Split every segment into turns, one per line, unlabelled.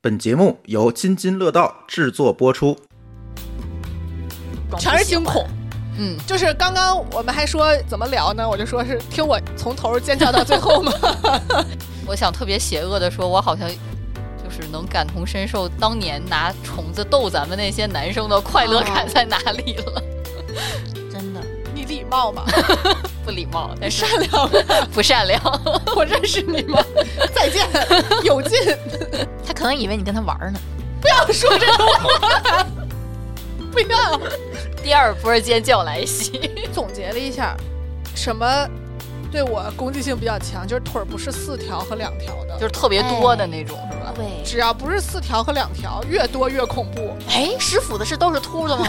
本节目由津津乐道制作播出。
装不
全是
喜
惊
欢
恐。
嗯，
就是刚刚我们还说怎么聊呢，我就说是听我从头介绍到最后嘛。
我想特别邪恶的说，我好像就是能感同身受当年拿虫子逗咱们那些男生的快乐感在哪里了。真的
你礼貌 吗？
不礼貌，但是
善良吗？
不善良。
我认识你吗？再见，有劲！
他可能以为你跟他玩呢。
不要说这种话，不要。
第二波尖叫来袭，
总结了一下，什么对我攻击性比较强，就是腿儿不是四条和两条的，
就是特别多的那种，是吧？
对，
只要不是四条和两条，越多越恐怖。
哎，食腐的是都是秃的吗？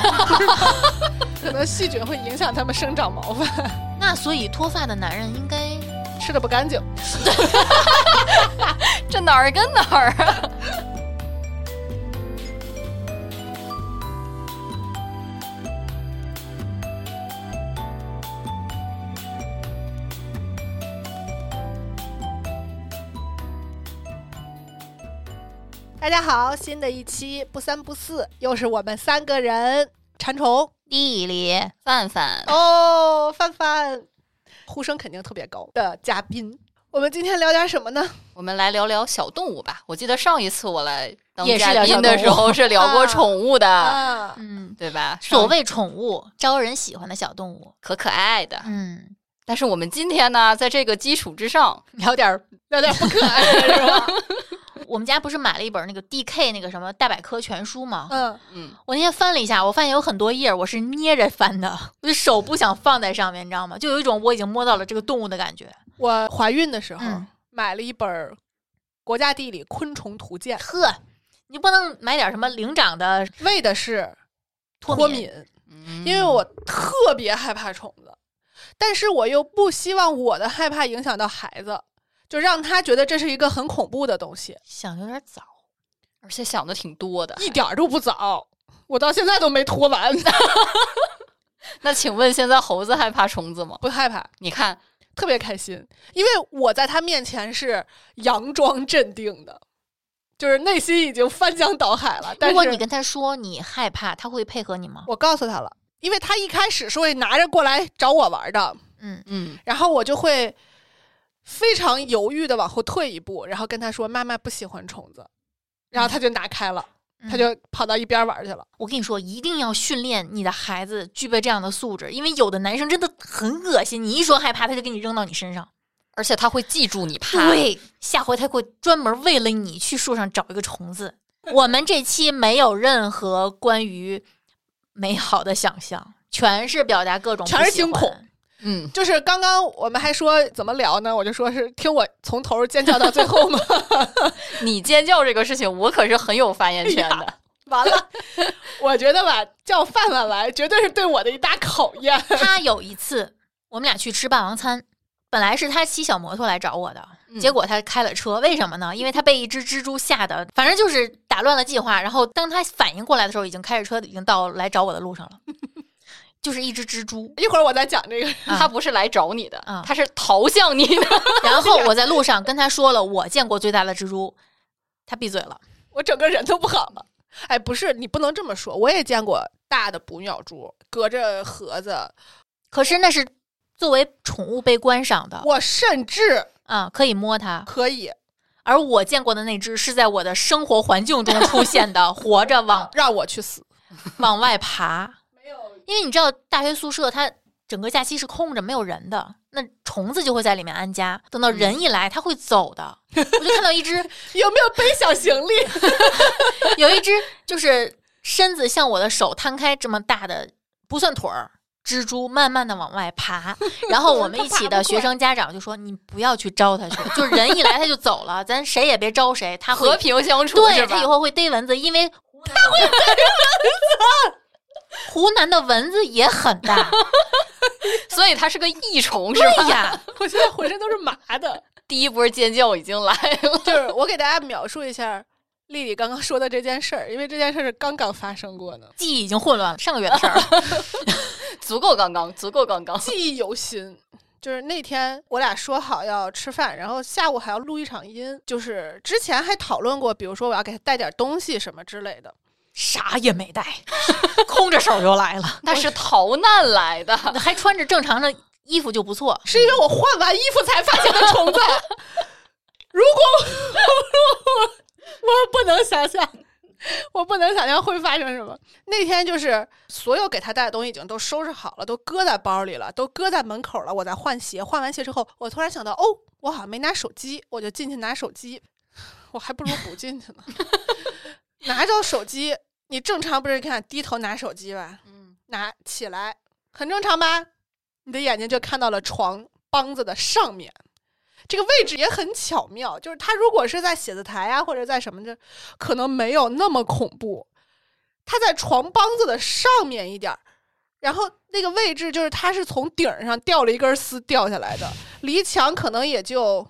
可能细菌会影响它们生长毛发，
那所以脱发的男人应该
吃的不干净。
这哪儿跟哪儿啊？
大家好，新的一期不三不四，又是我们三个人，馋虫
弟弟
范范，
哦，范范，呼声肯定特别高的嘉宾。我们今天聊点什么呢？
我们来聊聊小动物吧。我记得上一次我来当
也是
嘉
聊
宾
小
的
动
时
物
候是聊过
啊
宠物的，
啊，
嗯，
对吧？
所
上
谓宠物招人喜欢的小动物，
可可爱爱的。
嗯，
但是我们今天呢，在这个基础之上，
聊点儿 聊点儿不可爱的是吧？
我们家不是买了一本那个 DK 那个什么大百科全书吗？
嗯，
嗯，
我那天翻了一下，我发现有很多页我是捏着翻的， 我就手不想放在上面，你知道吗？就有一种我已经摸到了这个动物的感觉，
我怀孕的时候、
嗯
买了一本儿《国家地理昆虫图鉴》，
呵。你不能买点什么灵长的
为的是
脱
脱
敏
敏，因为我特别害怕虫子，但是我又不希望我的害怕影响到孩子，就让他觉得这是一个很恐怖的东西，
想有点早，
而且想的挺多的。
一点儿都不早，我到现在都没脱完，
那请问现在猴子害怕虫子吗？
不害怕，
你看，
特别开心，因为我在他面前是佯装镇定的，就是内心已经翻江倒海了，但
如
是
果你跟他说你害怕，他会配合你吗？
我告诉他了，因为他一开始是会拿着过来找我玩的，
嗯，
嗯，
然后我就会非常犹豫的往后退一步，然后跟他说：“妈妈不喜欢虫子。”然后他就拿开了，
嗯
他就跑到一边玩去了。
我跟你说，一定要训练你的孩子具备这样的素质，因为有的男生真的很恶心，你一说害怕，他就给你扔到你身上。
而且它会记住你怕。
对，下回他会专门为了你去树上找一个虫子。我们这期没有任何关于美好的想象，全是表达各种不
全是
喜欢
惊恐。
嗯，
就是刚刚我们还说怎么聊呢，我就说是听我从头尖叫到最后嘛。
你尖叫这个事情，我可是很有发言权
哎
的。
完了，我觉得吧，叫范范来绝对是对我的一大考验。
他有一次，我们俩去吃霸王餐，本来是他骑小摩托来找我的，
嗯
结果他开了车，为什么呢？因为他被一只蜘蛛吓得，反正就是打乱了计划。然后当他反应过来的时候，已经开着车已经到来找我的路上了， 就是一只蜘 蛛。
一会儿我再讲这个。
啊
它不是来找你的
啊，
它是逃向你的。
然后我在路上跟他说了我见过最大的蜘蛛，他闭嘴了。
我整个人都不好了。哎，不是，你不能这么说。我也见过大的捕鸟蛛，隔着盒子，
可是那是作为宠物被观赏的
我甚至
啊，可以摸它。
可以
而我见过的那只是在我的生活环境中出现的，活着往
让我去死。
往外爬。因为你知道大学宿舍它整个假期是空着，没有人的，那虫子就会在里面安家。等到人一来，它会走的。我就看到一只，
有没有背小行李？
有一只就是身子像我的手摊开这么大的，不算腿儿。蜘蛛慢慢的往外爬，然后我们一起的学生家长就说：“你不要去招它去，就是人一来它就走了，咱谁也别招谁，它会
和平相处，
对
是
它
吧
以？后会逮蚊子，因为它会逮蚊子。湖南的蚊子也很 大，
所以它是个异虫，是吧？
对呀，
我现在浑身都是麻的。
第一波尖叫已经来了。
就是我给大家描述一下丽丽刚刚说的这件事儿，因为这件事儿是刚刚发生过的，
记忆已 经混乱了，上个月的事儿了。
足够刚刚，足够刚刚。
记忆犹新。就是那天我俩说好要吃饭，然后下午还要录一场音，就是之前还讨论过，比如说我要给他带点东西什么之类的。
啥也没带，空着手就来 了，
那是逃难来的。
还穿着正常的衣服就不错。
是因为我换完衣服才发现的虫 子。如果我 我不能想象，我不能想象会发生什么。那天就是所有给他带的东西已经都收拾好了，都搁在包里了，都搁在门口了。我在换鞋，换完鞋之后，我突然想到，哦，我好像没拿手机，我就进去拿手机，我还不如不进 去呢。拿着手机，你正常不是看低头拿手机吧？
嗯，
拿起来，很正常吧？你的眼睛就看到了床帮子的上面，这个位置也很巧妙。就是他如果是在写字台啊，或者在什么的，可能没有那么恐怖。他在床帮子的上面一点儿，然后那个位置就是他是从顶儿上掉了一根丝掉下来的，离墙可能也就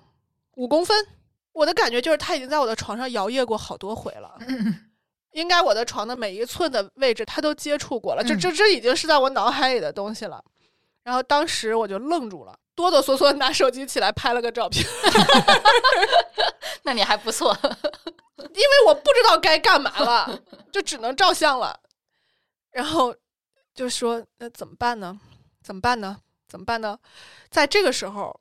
五公分。我的感觉就是他已经在我的床上摇曳过好多回了。应该我的床的每一寸的位置，他都接触过了，就这这已经是在我脑海里的东西了。然后当时我就愣住了，哆哆嗦嗦地拿手机起来拍了个照片，
那你还不错。
因为我不知道该干嘛了，就只能照相了。然后就说：“那怎么办呢？怎么办呢？怎么办呢？”在这个时候，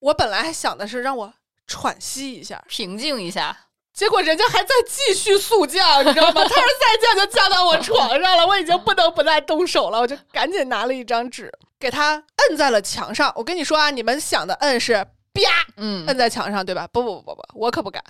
我本来还想的是让我喘息一下，
平静一下，
结果人家还在继续速降，你知道吗？他说再降就降到我床上了，我已经不能不再动手了，我就赶紧拿了一张纸给他摁在了墙上。我跟你说啊，你们想的摁是啪
嗯
摁在墙上，对吧？不不不不不，我可不敢，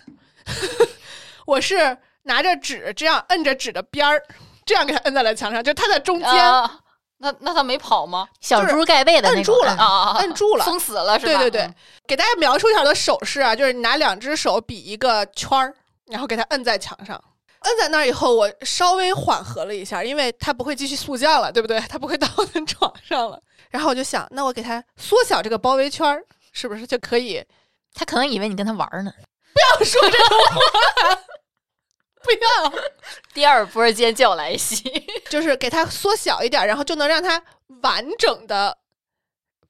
我是拿着纸这样摁着纸的边儿，这样给他摁在了墙上，就是他在中间、
啊那那他没跑吗？
小
就是
猪盖被的那
摁
种嗯
住了
啊啊啊！
摁住了
封死了是
对
吧？
对对，
嗯
给大家描述一下我的手势啊，就是你拿两只手比一个圈儿，然后给它摁在墙上。摁在那儿以后，我稍微缓和了一下，因为它不会继续速降了，对不对？它不会到我的床上 了。然后我就想，那我给它缩小这个包围圈儿，是不是就可以？
他可能以为你跟他玩呢。
不要 说这种话， 不要。
第二波尖叫来袭，
就是给它缩小一点，然后就能让它完整的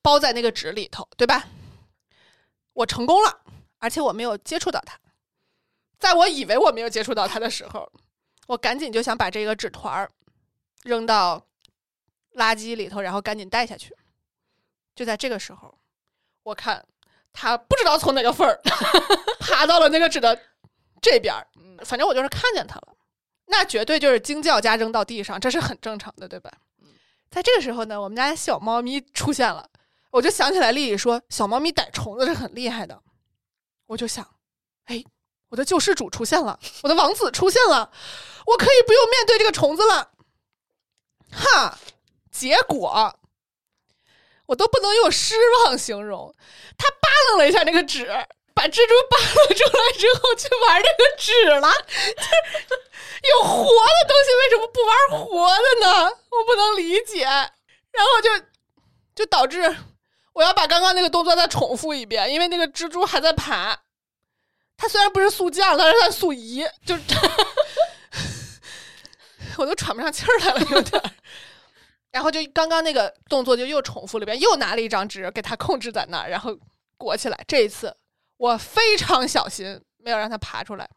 包在那个纸里头，对吧？我成功了，而且我没有接触到它。在我以为我没有接触到它的时候，我赶紧就想把这个纸团儿扔到垃圾里头，然后赶紧带下去。就在这个时候，我看它不知道从哪个缝儿 爬到了那个纸的这边儿，反正我就是看见它了。那绝对就是惊叫加扔到地上，这是很正常的，对吧？嗯在这个时候呢，我们家小猫咪出现了，我就想起来丽丽说小猫咪逮虫子是很厉害的，我就想，哎，我的救世主出现了，我的王子出现了，我可以不用面对这个虫子了，哈！结果我都不能用失望形容，他扒拉了一下那个纸，把蜘蛛扒拉出来之后去玩这个纸了。有活的东西为什么不玩活的呢？我不能理解。然后就就导致我要把刚刚那个动作再重复一遍，因为那个蜘蛛还在爬。它虽然不是速降，但是它速移，就是 我都喘不上气儿来了，有点儿。然后就刚刚那个动作就又重复了一遍，又拿了一张纸给它控制在那儿，然后裹起来。这一次我非常小心，没有让它爬出来。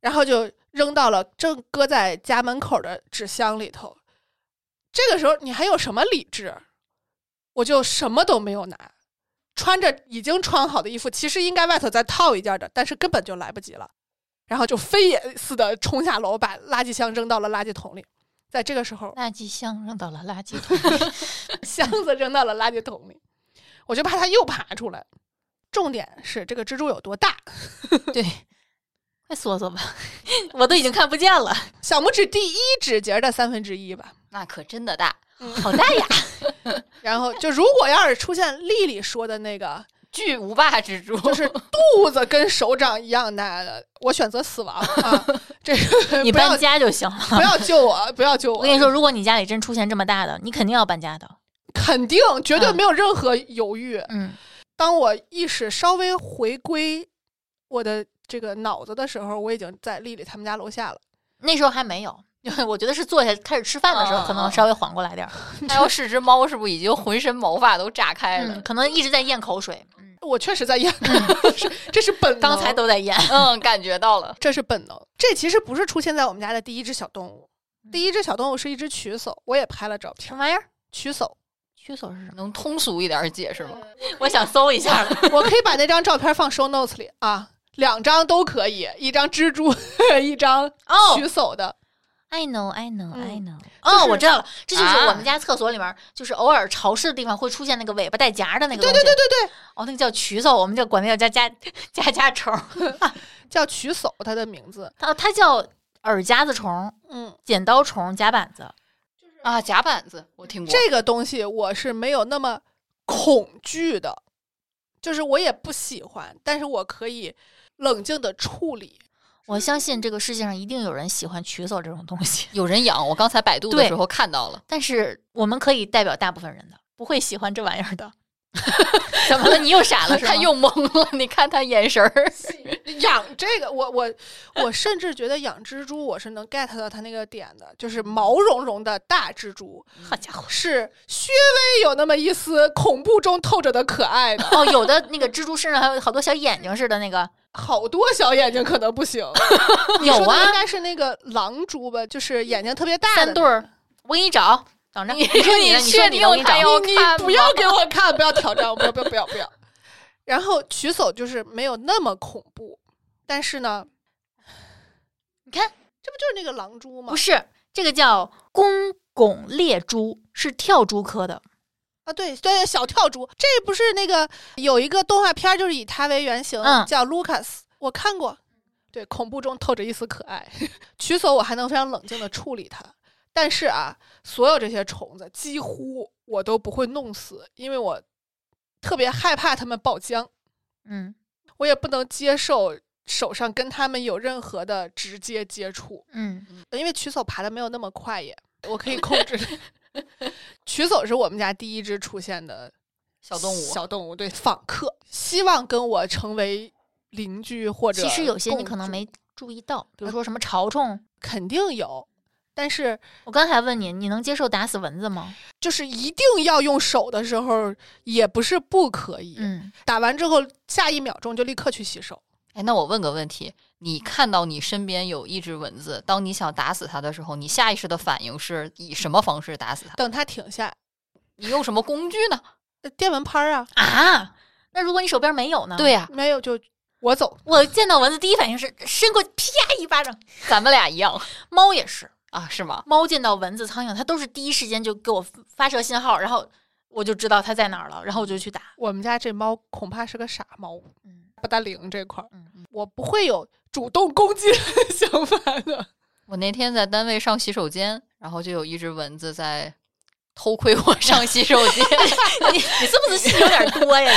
然后就扔到了正搁在家门口的纸箱里头。这个时候你还有什么理智？我就什么都没有拿，穿着已经穿好的衣服，其实应该外头再套一件的，但是根本就来不及了。然后就飞也呃似的冲下楼，把垃圾箱扔到了垃圾桶里。在这个时候，
垃圾箱扔到了垃圾桶，
箱子扔到了垃圾桶里，我就怕它又爬出来。重点是这个蜘蛛有多大？
对，快缩缩吧，我都已经看不见了，
小拇指第一指节的三分之一吧。
那可真的大，
嗯
好大呀！
然后就如果要是出现丽丽说的那个，
巨无霸蜘蛛，
就是肚子跟手掌一样大的，我选择死亡啊！这个
你
不要
搬家就行了。
不要救我，不要救我！
我跟你说，如果你家里真出现这么大的，你肯定要搬家的。
肯定绝对没有任何犹豫。
嗯，
当我意识稍微回归我的这个脑子的时候，我已经在丽丽他们家楼下了。
那时候还没有，我觉得是坐下开始吃饭的时
嗯
候，
嗯
可
嗯
能稍微缓过来点儿，
它要是只猫，是不是已经浑身毛发都炸开了
嗯，？可能一直在咽口水，
我确实在咽， 是这是本能，
嗯刚才都在咽。
嗯，感觉到了。
这是本能。这其实不是出现在我们家的第一只小动物，第一只小动物是一只曲叟，我也拍了照
嗯什
片。
么玩意儿？
曲叟，
曲手是什么？
能通俗一点儿解释吗？
我想搜一下了。
我可以把那张照片放 show notes 里啊，两张都可以，一张蜘蛛， 一张
哦
曲叟的。
I know, I know, I
嗯
know。
就
哦，
是
我知道了，这就是
啊
我们家厕所里面，就是偶尔潮湿的地方会出现那个尾巴带夹的那个
对
东
对
西。
对对对，
哦，那个叫曲手，我们就管那叫夹夹夹夹虫。
叫曲叟，它的名字。
它它叫耳夹子虫、
嗯，
剪刀虫、夹板子。
啊，夹板子我听过，
呃这个东西我是没有那么恐惧的，就是我也不喜欢，但是我可以冷静的处理。
我相信这个世界上一定有人喜欢曲手这种东西，
有人养，我刚才百度的
对
时候看到了。
但是我们可以代表大部分人的，不会喜欢这玩意儿的。 怎么了？你又傻了是吗？
他又懵了， 你看他眼神儿。
养这个，我我我甚至觉得养蜘蛛，我是能 get 到它那个点的，就是毛茸茸的大蜘蛛，
好家伙！
是稍微有那么一丝恐怖中透着的可爱的。
哦，有的那个蜘蛛身上还有好多小眼睛似的那个，
好多小眼睛可能不 行， 你
有
说的
啊
应，该是那个狼蛛吧，就是眼睛特别大的
三对儿，我给你找，等着。
你
你说你的，
你
你说哎你的，我
确定
给你
它
找
要。
那个。你
看
你不要给我看，不要挑战我，不要不要不要不要。然后曲叟就是没有那么恐怖，但是呢，
你看，
这不就是那个狼蛛吗
不？是这个叫公拱猎蛛，是跳蛛科的。
啊，对对，小跳蛛，这不是那个有一个动画片儿，就是以它为原型，
嗯
叫 Lucas，我看过。对，恐怖中透着一丝可爱。 取走我还能非常冷静的处理它，但是啊，所有这些虫子几乎我都不会弄死，因为我特别害怕它们爆浆，
嗯
我也不能接受手上跟它们有任何的直接接触。
嗯，
因为取走爬的没有那么快也，我可以控制。 取走是我们家第一只出现的
小动物，
小动物对访客，希望跟我成为邻居或者呃
其实有些你可能
共
没
住，
注意到，比如说什么潮虫。
肯定有，但是
我刚才问你，你能接受打死蚊子吗？
就是一定要用手的时候，也不是不可以。
嗯，
打完之后，下一秒钟就立刻去洗手。
哎，那我问个问题：你看到你身边有一只蚊子，当你想打死它的时候，你下意识的反应是以什么方式打死它？
等它停下，
你用什么工具呢？
呃电蚊拍啊，
啊，那如果你手边没有呢？
对， 呀、
没有就我走。
我见到蚊子第一反应是伸过去啪一巴掌。
咱们俩一样
猫也是，
啊，是吗？
猫见到蚊子、苍蝇，它都是第一时间就给我发射信号，然后我就知道它在哪儿了，然后我就 去打。
我们家这猫恐怕是个傻猫，
嗯
不搭灵这块儿，
嗯嗯，
我不会有主动攻击的 想法 的。
我那天在单位上洗手间，然后就有一只蚊子在偷窥 我上洗手间，
你你是不是戏有点多呀？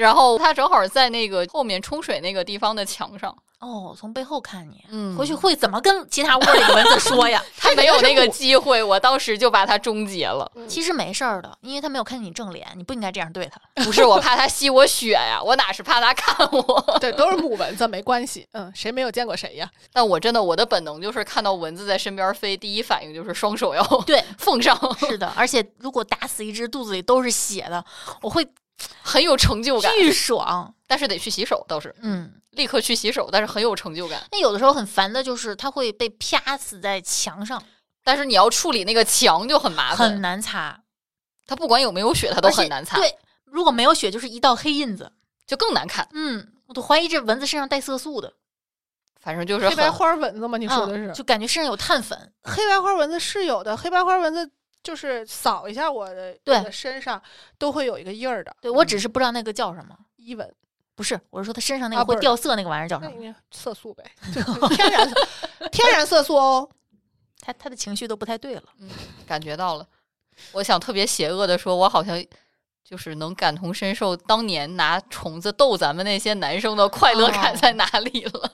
然后它正好在那个后面冲水那个地方的墙上，
哦，从背后看你，
嗯
回去会怎么跟其他屋里的蚊子说呀？
它没有那 个机会，我当时就把它终结了。
其实没事儿的，因为它没有看见你正脸，你不应该这样对它。
不是我怕它吸我血呀，我哪是怕它看我？
对，都是母蚊子，没关系。嗯，谁没有见过谁呀？
但我真的，我的本能就是看到蚊子在身边飞，第一反应就是双手要
对，
奉上，
是 的，而且如果打死一只肚子里都是血的，我会
很有成就感。
巨爽。
但是得去洗手，倒是
嗯，
立刻去洗手，但是很有成就感。
那有的时候很烦的就是它会被啪死在墙上，
但是你要处理那个墙就很麻
很
烦，
难擦，
它不管有没有血，它都
而且
很难擦，
对，如果没有血，就是一道黑印子。
就更难看。
嗯，我都怀疑这蚊子身上带色素的。
反正就是
黑白
很
花蚊子吗？你
你
说的是？
就感觉身上有碳粉。
黑白花蚊子是有的，黑白花蚊子就是扫一下我的
对
我的身上都会有一个印儿的
对我只是不知道那个叫什么，
衣纹，
不是，我是说它身上那
嗯啊
个
不
会
是
掉色那个玩意儿叫
那
什么？
你 色素呗，就是天然色天然色素哦。
他他的情绪都不太对了。
感觉到了。我想特别邪恶的说，我好像就是能感同身受当年拿虫子逗咱们那些男生的快乐感
哦
在哪里了。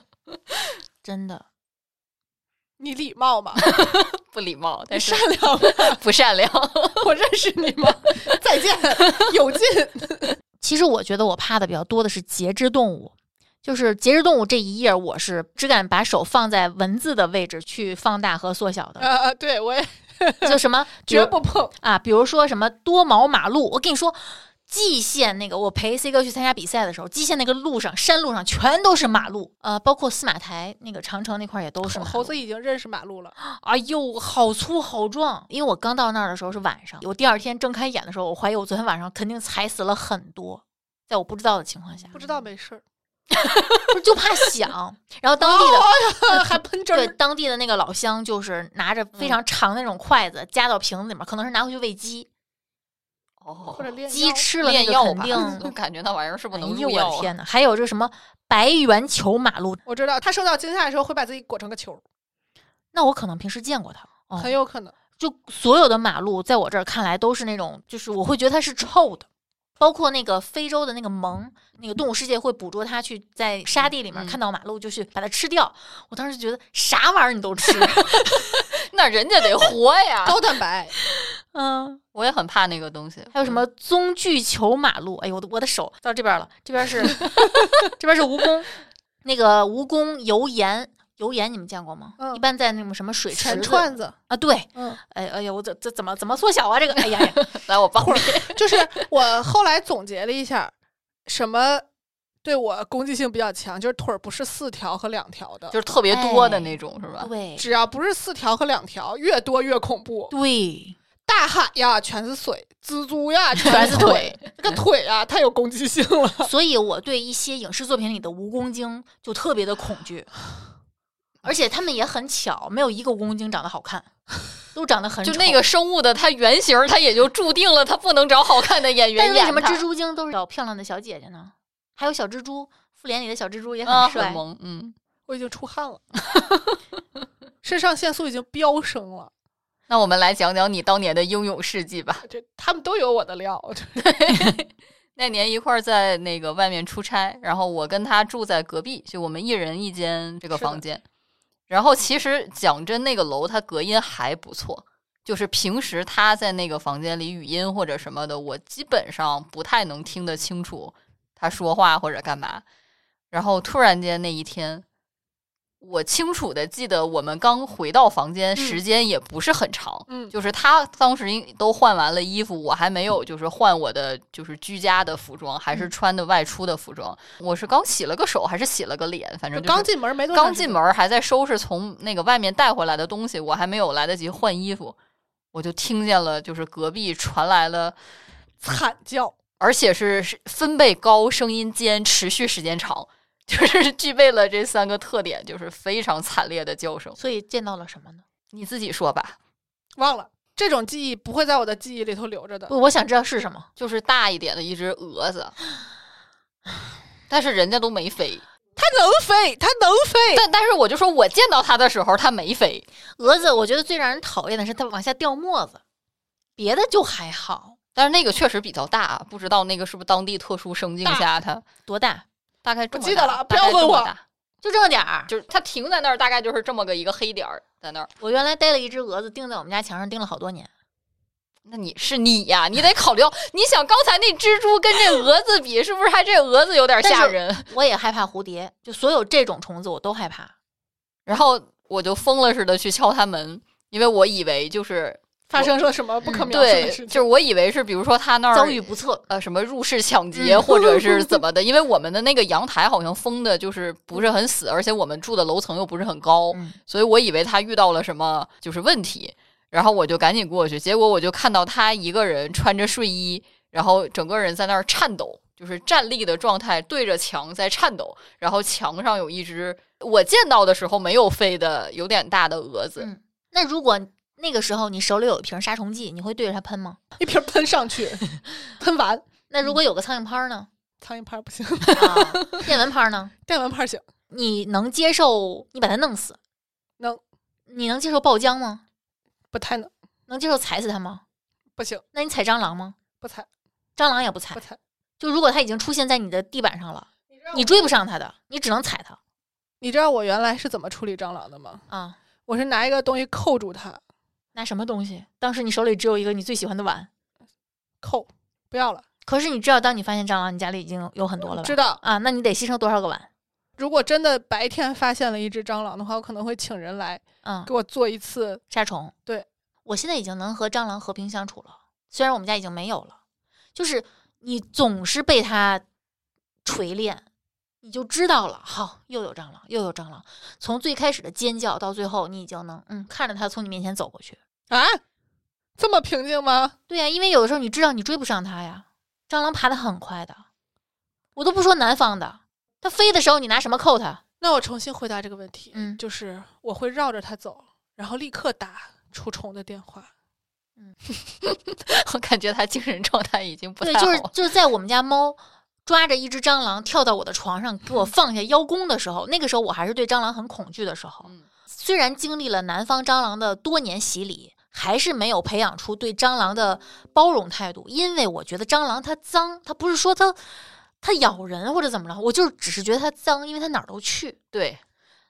真的，
你礼貌吗？
不礼貌，
你
但是
善良吗？
不善良。
我认识你吗？ 再见，有劲。
其实我觉得我怕的比较多的是节肢动物，就是节肢动物这一页，我是只敢把手放在文字的位置去放大和缩小 的，
呃，对我也
就什么比如
绝不碰。
啊，比如说什么多毛马路，我跟你说。蓟县那个，我陪 C 哥去参加比赛的时候，蓟县那个路上、山路上全都是马路，呃，包括司马台那个长城那块儿也都是马路。
猴子已经认识马路了，
哎呦，好粗好壮！因为我刚到那儿的时候是晚上，我第二天睁开眼的时候，我怀疑我昨天晚上肯定踩死了很多，在我不知道的情况下，
不知道没事儿。
不是就怕 响。然后当地
哦
的、
呃还喷汁
对
儿，
当地的那个老乡，就是拿着
嗯
非常长的那种筷子夹到瓶子里面，可能是拿回去喂鸡，
哦
或，者练
鸡
腰
吃了那
炼
个
药
肯
吧，我
定。
感觉那玩意儿是不
哎
能
呦
入
我
药
的
啊。
天哪！还有这什么白圆球马路，
我知道他受到惊吓的时候会把自己裹成个球，
那我可能平时见过它。哦
很有可能。
就所有的马路，在我这儿看来都是那种，就是我会觉得它是臭的，包括那个非洲的那个獴，那个动物世界会捕捉它去在沙地里面
嗯
看到马路就去把它吃掉。我当时觉得啥玩意儿 你都吃，
那人家得活呀！
高蛋白，
嗯，
我也很怕那个东西。
还有什
嗯
么棕巨球马路？哎呦，我的我的手到这边了，这边是 这边是蜈蚣，那个蜈蚣油盐。油盐你们见过吗？
嗯
一般在那种什么水池
钱
子
串子，
啊，对，
嗯，
哎哎呀，我这这怎么怎么缩小啊？这个，哎呀呀，
来，我帮你。
就是我后来总结了一下，什么对我攻击性比较强，就是腿儿不是四条和两条的
就，是特别多的那种，是 吧？
对
只要不是四条和两条，越多越恐怖。
对，
大海呀，全是水；蜘蛛呀，
全是
是
腿。
这个腿呀，太有攻击性了。
所以我对一些影视作品里的蜈蚣精就特别的恐惧，而且他们也很巧，没有一个蜈蚣精长得好看，都长得很
就
丑
那个。生物的，它原型儿它也就注定了它不能找好看的演员
但是为
演
什么
它
蜘蛛精都是小漂亮的小姐姐呢？还有小蜘蛛，复联里的小蜘蛛也
啊
很帅。
萌，嗯，
我已经出 汗了，肾上腺素已经飙升了。
那我们来讲讲你当年的英勇事迹吧。
这他们都有我的料，
那年一块儿在那个外面出差，然后我跟他住在隔壁，就我们一人一间这个
是的嗯
房间。然后其实讲真，那个楼它隔音还不错，就是平时他在那个房间里语音或者什么的，我基本上不太能听得清楚他说话或者干嘛。然后突然间那一天，我清楚的记得我们刚回到房间，时间也不是很长，
嗯
就是他当时应都换完了衣服，我还没有就是换我的就是居家的服装，还是穿的外出的服装。我是刚洗了个手，还是洗了个脸，反正就是
刚进门没多
刚
长时
进
间
门儿还在收拾从那个外面带回来的东西，我还没有来得及换衣服，我就听见了就是隔壁传来了，
惨叫，
而且是是分贝高、声音尖、持续时间长， 就是具备了这三个特点，就是非常惨烈的叫声。
所以见到了什么呢？
你自己说吧，
忘了这种记忆不会在我的记忆里头留着的。
不，我想知道是什么。
就是大一点的一只蛾子，但是人家都没飞。
它能飞，它能飞，
但但是我就说我见到它的时候，它没飞。
蛾子，我觉得最让人讨厌的是它往下掉沫子，别的就还好。
但是那个确实比较大，啊不知道那个是不是当地特殊生境下它
多大？
大概这么
我记得
大
了
大概
不要问
这么
我
大
就这么点儿。
就是它停在那儿，大概就是这么个一个黑点儿在那儿。
我原来逮了一只蛾子，钉在我们家墙上，钉了好多年。
那你是你呀、你得考虑到，你想刚才那蜘蛛跟这蛾子比，是不是还这蛾子有点吓人？
我也害怕蝴蝶，就所有这种虫子我都害怕。
然后我就疯了似的去敲他门，因为我以为就是
发生了什么不可
嗯
描述
对
的，
就
事情？
是我以为是比如说他那儿
遭遇不测，
呃什么入室抢劫
嗯
或者 是怎么的，因为我们的那个阳台好像封的就是不是很死，而且我们住的楼层又不是很高，
嗯
所以我以为他遇到了什么就是问题，然后我就赶紧过去，结果我就看到他一个人穿着睡衣，然后整个人在那儿颤抖，就是站立的状态，对着墙在颤抖，然后墙上有一只我见到的时候没有飞的有点大的蛾子，
嗯，那如果那个时候你手里有一瓶杀虫剂，你会对着它喷吗？
一瓶喷上 去，喷完
那如果有个苍蝇拍儿 呢？
苍蝇拍不行，
啊，电蚊拍儿呢？
电蚊拍行，
你能接受你把它弄死？
能。
你能接受爆浆吗？
不太能，
能接受踩死它吗？
不行，
那你踩蟑螂吗？
不踩，
蟑螂也不踩
不。踩。
就如果它已经出现在你的地板上了，你追不上它的，你只能踩它
你知道我原来是怎么处理蟑螂的吗？
啊。
我是拿一个东西扣住它，
拿什么东西？当时你手里只有一个你最喜欢的碗，
扣，不要了，
可是你知道，当你发现蟑螂，你家里已经有很多了吧？
知道
啊，那你得牺牲多少个碗？
如果真的白天发现了一只蟑螂的话，我可能会请人来
嗯，
给我做一次。
杀虫。
对，
我现在已经能和蟑螂和平相处了，虽然我们家已经没有了，就是你总是被它锤炼，你就知道了，好，又有蟑螂，又有蟑螂。从最开始的尖叫到最后，你已经能嗯看着它从你面前走过去。
啊，这么平静吗？
对呀、因为有的时候你知道你追不上它呀，蟑螂爬得很快的，我都不说南方的，它飞的时候你拿什么扣它？
那我重新回答这个问题，
嗯
就是我会绕着它走，然后立刻打除虫的电话。
我 感觉他精神状态已经不太
对，
好
就
了。
是就是在我们家猫抓着一只蟑螂跳到我的床上给
嗯
我放下邀功的时候，那个时候我还是对蟑螂很恐惧的时候。
嗯
虽然经历了南方蟑螂的多年洗礼，还是没有培养出对蟑螂的包容态度，因为我觉得蟑螂它脏，它不是说它它咬人或者怎么着，我就是只是觉得它脏，因为它哪儿都去。
对，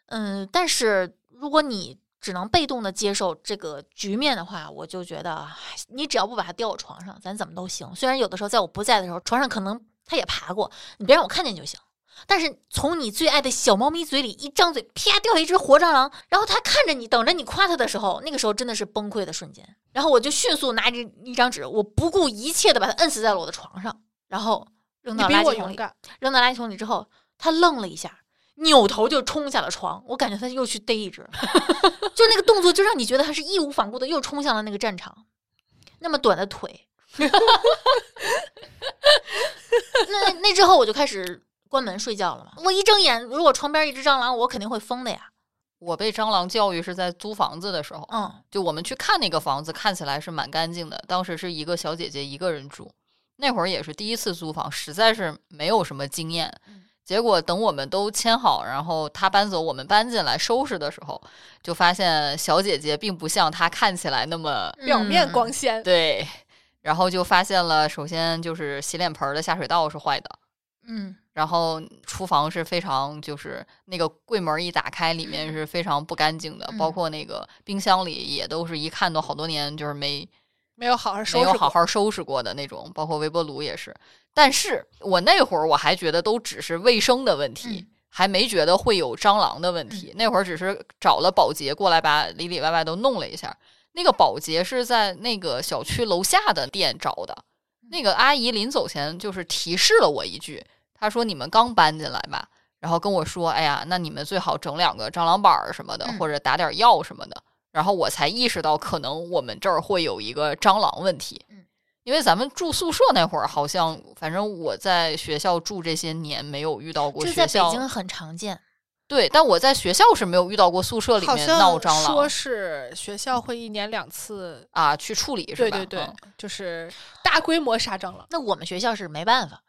嗯，但是如果你只能被动的接受这个局面的话，我就觉得唉你只要不把它叼我床上，咱怎么都行。虽然有的时候在我不在的时候，床上可能它也爬过，你别让我看见就行。但是从你最爱的小猫咪嘴里一张嘴，啪掉下一只活蟑螂，然后它看着你，等着你夸它的时候，那个时候真的是崩溃的瞬间。然后我就迅速拿着一张纸，我不顾一切的把它摁死在了我的床上，然后扔
你
到
比
垃
我
圾桶
勇
里。
敢，
扔到垃圾桶里之后，他愣了一下，扭头就冲下了床。我感觉他又去逮一只， 就那个动作就让你觉得他是义无反顾的又冲向了那个战场。那么短的腿， 那那之后我就开始关门睡觉了嘛。我一睁眼，如果床边一只蟑螂，我肯定会疯的呀。
我被蟑螂教育是在租房子的时候，
嗯
就我们去看那个房子，看起来是蛮干净的。当时是一个小姐姐一个人住，那会儿也是第一次租房，实在是没有什么经验。结果等我们都签好，然后她搬走，我们搬进来收拾的时候，就发现小姐姐并不像她看起来那么
表面光
嗯
鲜。
对。然后就发现了，首先就是洗脸盆儿的下水道是坏的，
嗯
然后厨房是非常就是那个柜门一打开，里面是非常不干净的，
嗯
包括那个冰箱里也都是一看都好多年就是没
没有好好收
没
拾
有
过，
好好收拾过的那种，包括微波炉也是。但是我那会儿我还觉得都只是卫生的问题。
嗯
还没觉得会有蟑螂的
嗯
问题，那会儿只是找了保洁过来把里里外外都弄了一下。那个保洁是在那个小区楼下的店找的，那个阿姨临走前就是提示了我一句，她说：“你们刚搬进来吧？”然后跟我说：“哎呀，那你们最好整两个蟑螂板儿什么的，
嗯
或者打点药什么的。”然后我才意识到，可能我们这儿会有一个蟑螂问题。
嗯，
因为咱们住宿舍那会儿，好像反正我在学校住这些年没有遇到过
这
学
在
校。
北京很常见。
对，但我在学校是没有遇到过宿舍里
好
面闹
像
蟑
说
螂
是学校会一年两次，
啊，去处理是
对
吧？
对对
嗯，
就是大规模杀蟑螂。
那我们学校是没办法，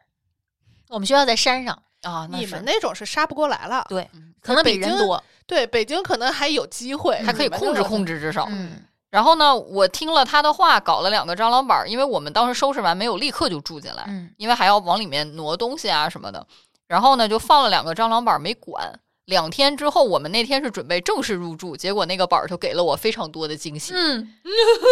我们学校在山上，
啊，那
你
是
们那种是杀不过来了，
对
嗯，
可能比
北
人
京
多。
对，北京可能还有机会，
还可以控制控
制。
制，至少。
嗯
然后呢，我听了他的话，搞了两个蟑螂板儿，因为我们当时收拾完没有立刻就住进来，
嗯
因为还要往里面挪东西啊什么的。然后呢，就放了两个蟑螂板儿没管。两天之后，我们那天是准备正式入住，结果那个板儿就给了我非常多的惊喜。
嗯，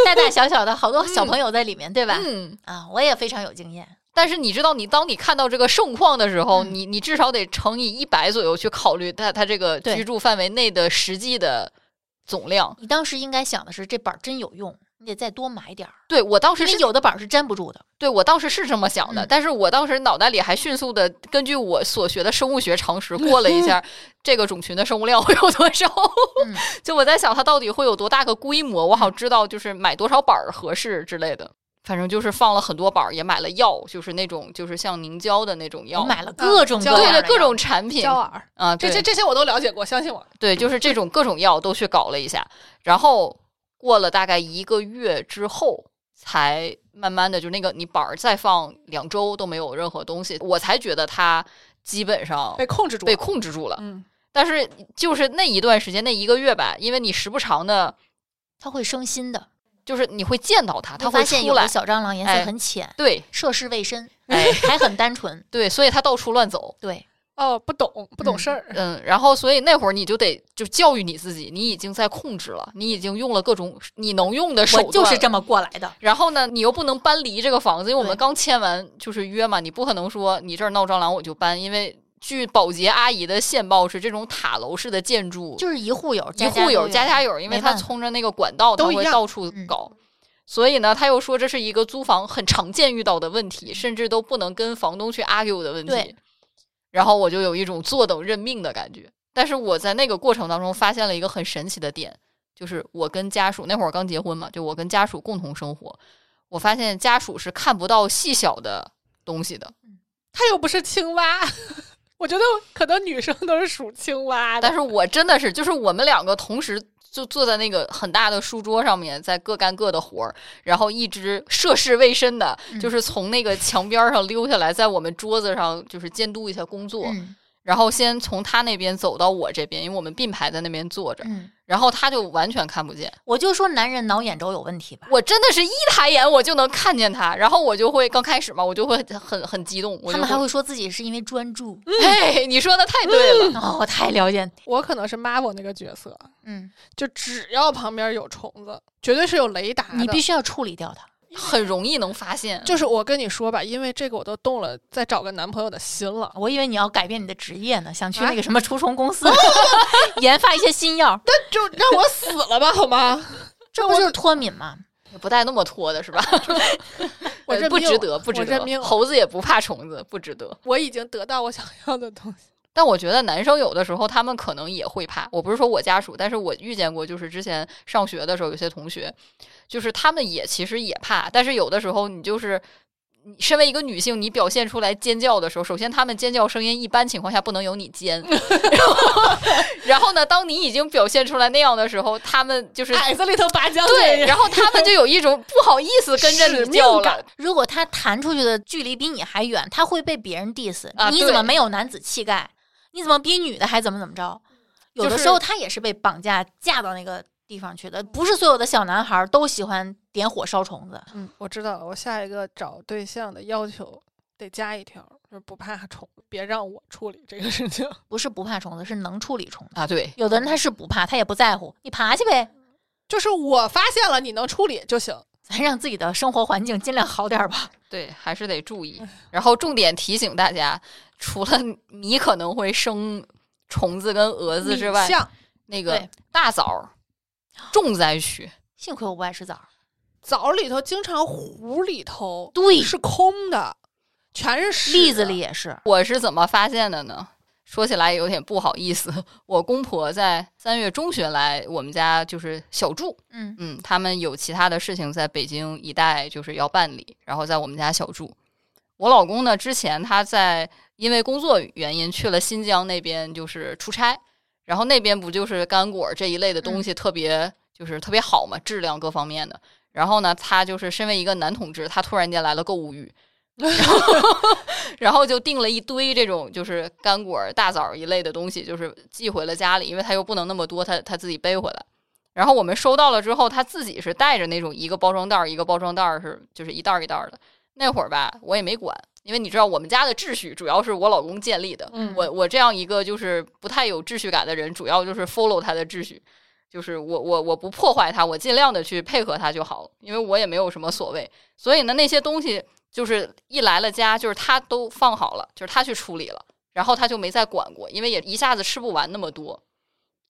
大大小小的好多小朋友在里面，对吧？
嗯，
啊，我也非常有经验。
但是你知道，你当你看到这个盛况的时候，
嗯
你你至少得乘以一百左右去考虑它它这个
对
居住范围内的实际的总量。
你当时应该想的是，这板儿真有用，你得再多买点儿，
对我当时
因为
是
有的板儿是粘不住的。
对我当时是这么想的，
嗯
但是我当时脑袋里还迅速的根据我所学的生物学常识过了一 下这个种群的生物量会有多少，
嗯
就我在想它到底会有多大个规模，我好知道就是买多少板儿合适之类的。反正就是放了很多板儿，也买了药，就是那种就是像凝胶的那种药，
我买了各种各
胶
对嗯
样
对
的
各
药
种产品
焦耳，
啊，
这
对
这这些我都了解过，相信我。
对，就是这种各种药都去搞了一下，然后过了大概一个月之后，才慢慢的就那个你板儿再放两周都没有任何东西，我才觉得它基本上
被控制住了，
被控制住了。
嗯，
但是就是那一段时间那一个月吧，因为你时不常的，
它会生新的。
就是你会见到它，它
你
会
发现
出
有
来
的，小蟑螂颜
哎
色很浅，
对
涉世未深，
哎
还很单 纯。
对，所以它到处乱走。
对，
哦，不懂，不懂事儿，
嗯，然后所以那会儿你就得就教育你自己，你已经在控制了，你已经用了各种你能用的手
我
段，
就是这么过来的。
然后呢，你又不能搬离这个房子，因为我们
对
刚签完就是约嘛，你不可能说你这儿闹蟑螂我就搬，因为据保洁阿姨的线报是，这种塔楼式的建筑
就是一户友，
一
家
户
友
友家家有，因为
没
他
办法
冲着那个管道，他
都一
会
样
到处
嗯
搞。所以呢，他又说这是一个租房很常见遇到的问题，甚至都不能跟房东去 argue 的问题
嗯对。
然后我就有一种坐等认命的感觉。但是我在那个过程当中发现了一个很神奇的点，就是我跟家属那会儿刚结婚嘛，就我跟家属共同生活，我发现家属是看不到细小的东西的。
他又不是青蛙， 我觉得可能女生都是属青蛙的
但。是我真的是，就是我们两个同时就坐在那个很大的书桌上面，在各干各的活儿，然后一只涉世未深的，
嗯
就是从那个墙边儿上溜下来，在我们桌子上就是监督一下工作，
嗯
然后先从他那边走到我这边，因为我们并排在那边坐着，
嗯，
然后他就完全看不见。
我就说男人脑眼轴有问题吧，
我真的是一抬眼我就能看见他，然后我就会刚开始嘛，我就会很很激动，我
他
就
们还会说自己是因为专注。
哎，你说的太对了，
哦，我太了解你，
我可能是 Marvel 那个角色，
嗯，
就只要旁边有虫子，绝对是有雷达的。
你必须要处理掉它。
很容易能发现。
就是我跟你说吧，因为这个我都动了再找个男朋友的心了。
我以为你要改变你的职业呢，想去
啊
那个什么除虫公司、 研发一些新药，
就让我死了吧，好吗？
这不就是脱敏吗？
不带那么拖的是吧？
我
呃
认
不
命
值
了
得，不值
我认命
得。
了
猴子也不怕虫子，不值得。
我已经得到我想要的东西。
但我觉得男生有的时候他们可能也会怕。我不是说我家属，但是我遇见过，就是之前上学的时候，有些同学，就是他们也其实也怕，但是有的时候你就是。你身为一个女性，你表现出来尖叫的时候，首先他们尖叫声音一般情况下不能有你 尖，然后然后呢，当你已经表现出来那样的时候，他们就是
子里头拔将
哎对，，然后他们就有一种不好意思跟着
使
你
命
叫
感
了，
如果他弹出去的距离比你还远，他会被别人 diss、
啊
你怎么
对
没有男子气概？你怎么比女的还怎么怎么着？有
就
的
是
时候他也是被绑架架到那个地方去的，不是所有的小男孩都喜欢点火烧虫子。
嗯，我知道了。我下一个找对象的要求得加一条，就是不怕虫，别让我处理这个事情。
不是不怕虫子，是能处理虫子。
啊，对，
有的人他是不怕，他也不在乎，你爬去呗，
就是我发现了，你能处理就行。
咱让自己的生活环境尽量好点儿吧。
对，还是得注意。然后重点提醒大家，除了米可能会生虫子跟蛾子之外
米，像
那个
对
大枣儿重灾区。
幸亏我不爱吃枣儿，
枣里头经常核里头
对
是空的，全是屎
栗子里。也是，
我是怎么发现的呢？说起来也有点不好意思，我公婆在三月中旬来我们家就是小住，
嗯，
嗯，他们有其他的事情在北京一带就是要办理，然后在我们家小住。我老公呢，之前他在因为工作原因去了新疆那边，就是出差，然后那边不就是干果这一类的东西特别、就是特别好嘛，质量各方面的。然后呢，他就是身为一个男同志，他突然间来了购物欲，然后 然后就订了一堆这种就是干果、大枣一类的东西，就是寄回了家里，因为他又不能那么多，他他自己背回来。然后我们收到了之后，他自己是带着那种一个包装袋儿一个包装袋儿是就是一袋儿一袋儿的。那会儿吧，我也没管，因为你知道我们家的秩序主要是我老公建立的，
嗯
我我这样一个就是不太有秩序感的人，主要就是 follow 他的秩序，就是我我我不破坏他，我尽量的去配合他就好了，因为我也没有什么所谓。所以呢，那些东西就是一来了家，就是他都放好了，就是他去处理了，然后他就没再管过，因为也一下子吃不完那么多。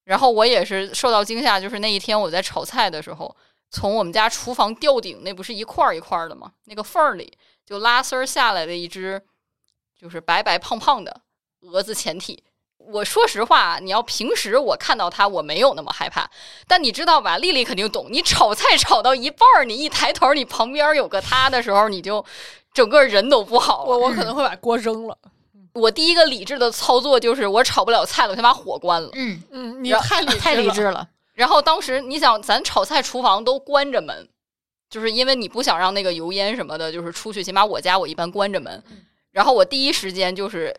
然后我也是受到惊吓，就是那一天我在炒菜的时候，从我们家厨房吊顶那不是一块儿一块儿的吗？那个缝儿里就拉丝儿下来的一只，就是白白胖胖的蛾子前体。我说实话，你要平时我看到它，我没有那么害怕。但你知道吧，丽丽肯定懂。你炒菜炒到一半儿，你一抬头，你旁边有个它的时候，你就整个人都不好了。
我我可能会把锅扔了。
我第一个理智的操作就是我炒不了菜了，我先把火关了。
嗯，
嗯，你
然
太理
太理
了
智了，
然后当时你想，咱炒菜厨房都关着门，就是因为你不想让那个油烟什么的，就是出去。起码我家我一般关着门，
嗯
然后我第一时间就是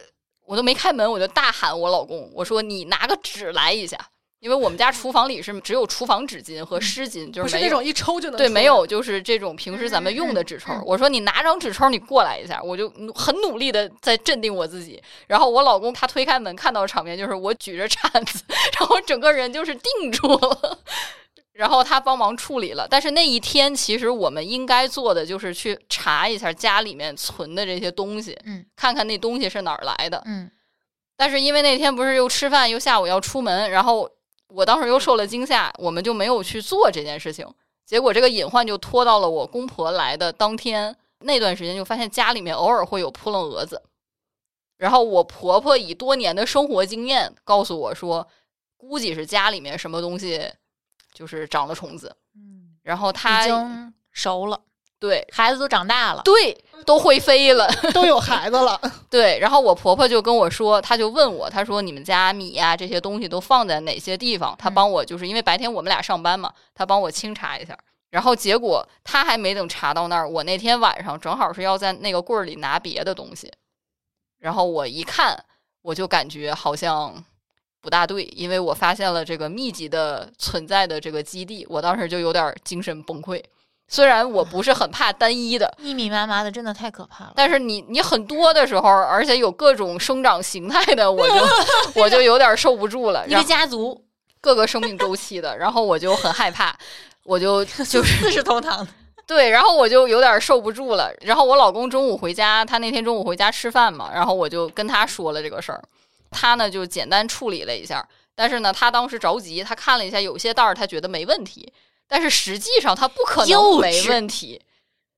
我都没开门，我就大喊我老公，我说你拿个纸来一下，因为我们家厨房里是只有厨房纸巾和湿巾，就
嗯不是
没
那
有
种一抽就能
对，
出
没
来
有， 就是这种平时咱们用的纸抽儿。我说你拿张纸抽儿，你过来一下，我就努很努力的在镇定我自己。然后我老公他推开门看到场面，就是我举着铲子， 然后整个人就是定住了。然后他帮忙处理了，但是那一天其实我们应该做的就是去查一下家里面存的这些东西，
嗯，
看看那东西是哪儿来的。
嗯，
但是因为那天不是又吃饭又下午要出门，然后我当时又受了惊吓，我们就没有去做这件事情。结果这个隐患就拖到了我公婆来的当天，那段时间就发现家里面偶尔会有扑棱蛾子。然后我婆婆以多年的生活经验告诉我说，估计是家里面什么东西就是长了虫子，
嗯，
然后
已
她
经熟了，
对
孩子都长大了，
对都会飞了，
都有孩子了，
对，然后我婆婆就跟我说，她就问我，她说你们家米呀、这些东西都放在哪些地方？她
嗯
帮我就是因为白天我们俩上班嘛，她帮我清查一下。然后结果她还没等查到那儿，我那天晚上正好是要在那个柜儿里拿别的东西，然后我一看，我就感觉好像不大对，因为我发现了这个密集的存在的这个基地，我当时就有点儿精神崩溃。虽然我不是很怕单一的，
密密麻麻的，真的太可怕了。
但是你你很多的时候，而且有各种生长形态的，我 就 我就有点受不住了。
一
然
个
后
家 族
各个生命周期的，然后我就很害怕，我就 就是
四世同堂的，
对，然后我就有点受不住了。然后我老公中午回家，他那天中午回家吃饭嘛，然后我就跟他说了这个事儿，他呢就简单处理了一下，但是呢他当时着急，他看了一下有些袋儿，他觉得没问题，但是实际上他不可能
幼
没
稚
问题，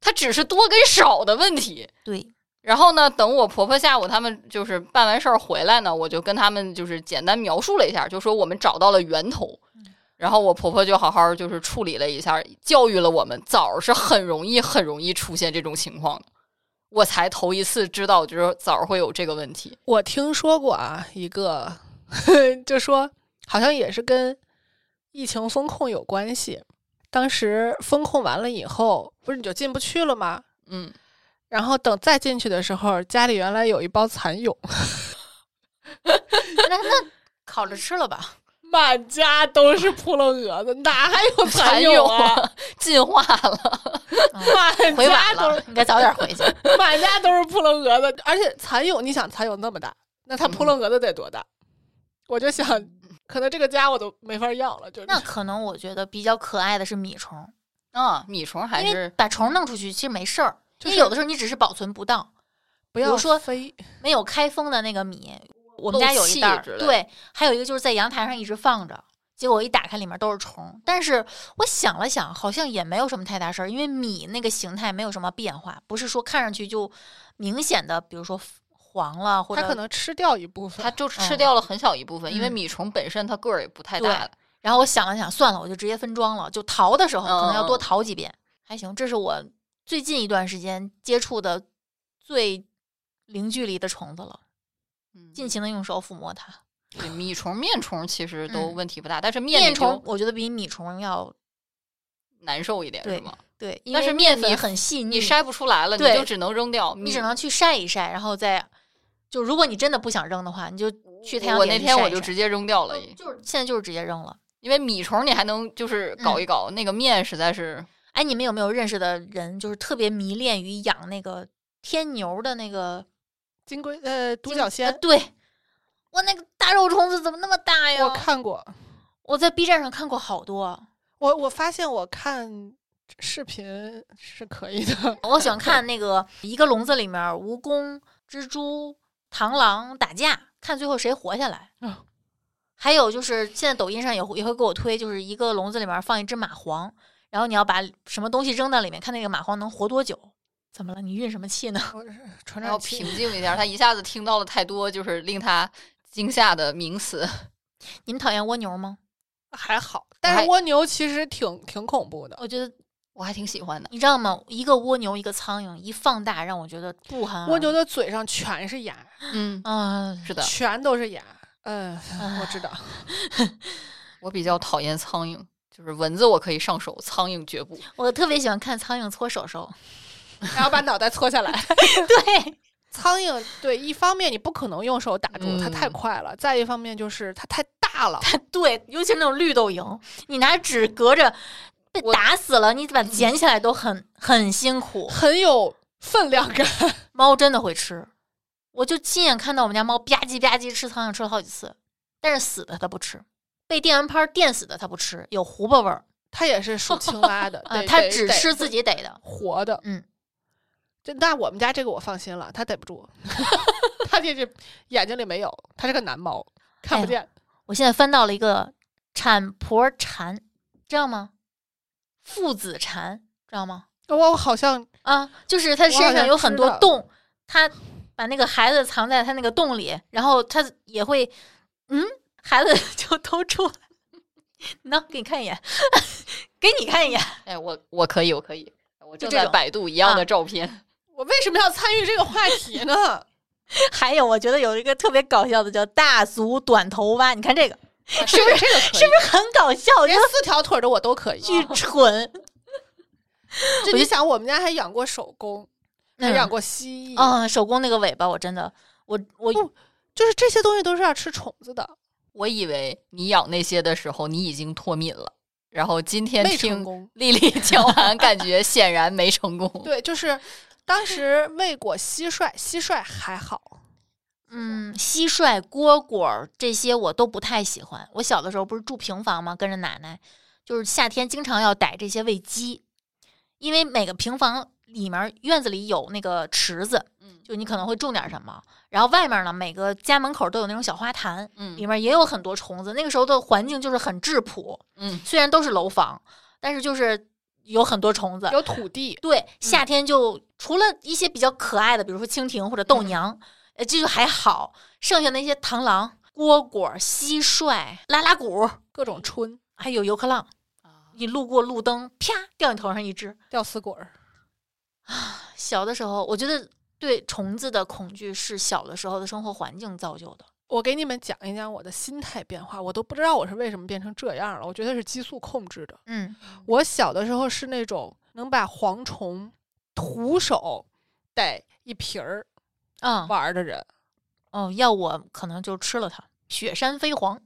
他只是多跟少的问题。
对，
然后呢，等我婆婆下午他们就是办完事儿回来呢，我就跟他们就是简单描述了一下，就说我们找到了源头。然后我婆婆就好好就是处理了一下，教育了我们，枣儿是很容易很容易出现这种情况的。我才头一次知道，就是枣儿会有这个问题。
我听说过啊，一个 就说好像也是跟疫情风控有关系。当时风控完了以后，不是你就进不去了吗？
嗯，
然后等再进去的时候，家里原来有一包蚕蛹，
那那烤着吃了 吧？
满家都是扑棱蛾子，哪还有
蚕
蛹
蛹
啊？
啊，进化了。
嗯
满
回
家
晚
都
了
是，
应该早点回去。
满家都是扑棱蛾子，而且蚕蛹，你想蚕蛹那么大，那它扑棱蛾子得多大？我就想，可能这个家我都没法要了，就是
那可能我觉得比较可爱的是米虫，
啊，米虫还
因为
是
把虫弄出去其实没事儿，
就
因
是
为有的时候你只是保存不当，
不
比
要
如说
飞。
没有开封的那个米，我
漏
们家有一
气
袋儿
之，类
对，还有一个就是在阳台上一直放着，结果我一打开里面都是虫。但是我想了想，好像也没有什么太大事儿，因为米那个形态没有什么变化，不是说看上去就明显的，比如说黄了或
它可
者。
能吃掉一部分
它，就吃
嗯
掉了很小一部分，因为
嗯
米虫本身它个儿也不太
对
大了。
然后我想了想，算了，我就直接分装了，就淘的时候可能要多
嗯嗯
淘几遍，还行。这是我最近一段时间接触的最零距离的虫子了，
嗯
尽情的用手抚摸它。
对米虫、面虫其实都
嗯
问题不大，但是面
面
你就
虫我觉得比米虫要
难受一点，
对
是吗？
对，因
但
为
是
面
面
粉
你
很细腻，
你筛不出来了，你
嗯对
就只能扔掉，
你只能去晒一晒，然后再就如果你真的不想扔的话，你就去太阳
我
底下
那
去
天
晒
我
一
就
晒
直接扔掉了，
哦就是现在就是直接扔了。
因为米虫你还能就是
嗯
搞一搞，那个面实在是
哎，你们有没有认识的人就是特别迷恋于养那个天牛的那个
金龟呃独
金
角
呃
仙，
对，哇，那个大肉虫子怎么那么大呀？
我看过，
我在 B 站上看过好多，
我我发现我看视频是可以 的，
我喜欢看那个一个笼子里面蜈蚣、蜘蛛、螳螂打架，看最后谁活下来
啊。
还有就是现在抖音上也会也会给我推，就是一个笼子里面放一只蚂蟥，然后你要把什么东西扔到里面，看那个蚂蟥能活多久。怎么了？你运什么气呢？
我是传
然后
染
平
器。
静一下，他一下子听到了太多就是令他惊吓的名词，
你们讨厌蜗牛吗？
还好，
我
但
还
是蜗牛其实挺挺恐怖的。
我觉得
我还挺喜欢的。
你知道吗？一个蜗牛，一个苍蝇，一放大让我觉得不寒而栗。
蜗牛的嘴上全是牙，
嗯，
啊，
是的，
全都是牙。嗯，我知道。
我比较讨厌苍蝇，就是蚊子我可以上手，苍蝇绝不。
我特别喜欢看苍蝇搓手手。
然后把脑袋搓下来。
对，
苍蝇对，一方面你不可能用手打住，它太
嗯
快了；再一方面就是它太大了。
对，尤其是那种绿豆蝇，你拿纸隔着被
我
打死了，你把
嗯
它捡起来都很很辛苦。
很有分量 感。
猫真的会吃，我就亲眼看到我们家猫吧唧吧唧吃苍蝇，吃了好几次，但是死的它不吃，被电蚊拍电死的它不吃，有胡巴味儿
它也是属青蛙的，
啊，
对
它
对
只
对
吃自己逮的。
活的。
嗯，
这那我们家这个我放心了，它逮不住，它这是眼睛里没有，它是个男猫，看不
哎
见。
我现在翻到了一个产婆蝉，知道吗？父子蝉，知道吗？
我好像
啊，就是它身上有很
我好像
多
知道
洞，它把那个孩子藏在它那个洞里，然后它也会，嗯，孩子 就都出来。喏，给你看一眼， 给你看一眼。
哎，我我可以，我可以，我正
这
在
种
百度一样
啊
的照片。
我为什么要参与这个话题呢？
还有，我觉得有一个特别搞笑的叫大足短头蛙，你看这个
是不是这个可
是
以？
不是很搞笑？我觉
连
得
四条腿的我都可以。
巨 蠢。
这你想，我们家还养过手工，还
嗯
养过蜥蜴，
啊、手工那个尾巴，我真的，我我
不就是这些东西都是要吃虫子的。
我以为你养那些的时候你已经脱敏了，然后今天
没成
听
功
丽丽讲完，感觉显然没成功。
对，就是当时未果蟋蟀，蟋蟀还好，
嗯，蟋蟀、蝈蝈儿这些我都不太喜欢。我小的时候不是住平房吗？跟着奶奶，就是夏天经常要逮这些喂鸡，因为每个平房里面儿院子里有那个池子，
嗯
就你可能会种点儿什么，然后外面呢每个家门口都有那种小花坛，里
嗯
面也有很多虫子。那个时候的环境就是很质朴，
嗯，
虽然都是楼房，但是就是有很多虫子，
有土地，
对，夏天就除了一些比较可爱的，比如说蜻蜓或者豆娘，呃，这就还好。剩下那些螳螂、蝈蝈、蟋蟀、拉拉鼓，
各种春
还有游客浪，你路过路灯，啪掉你头上一只。
吊死鬼儿。
小的时候，我觉得对虫子的恐惧是小的时候的生活环境造就的。
我给你们讲一讲我的心态变化，我都不知道我是为什么变成这样了。我觉得是激素控制的。
嗯，
我小的时候是那种能把蝗虫徒手逮一瓶儿
啊，
玩儿的人。
哦，要我可能就吃了它。雪山飞蝗，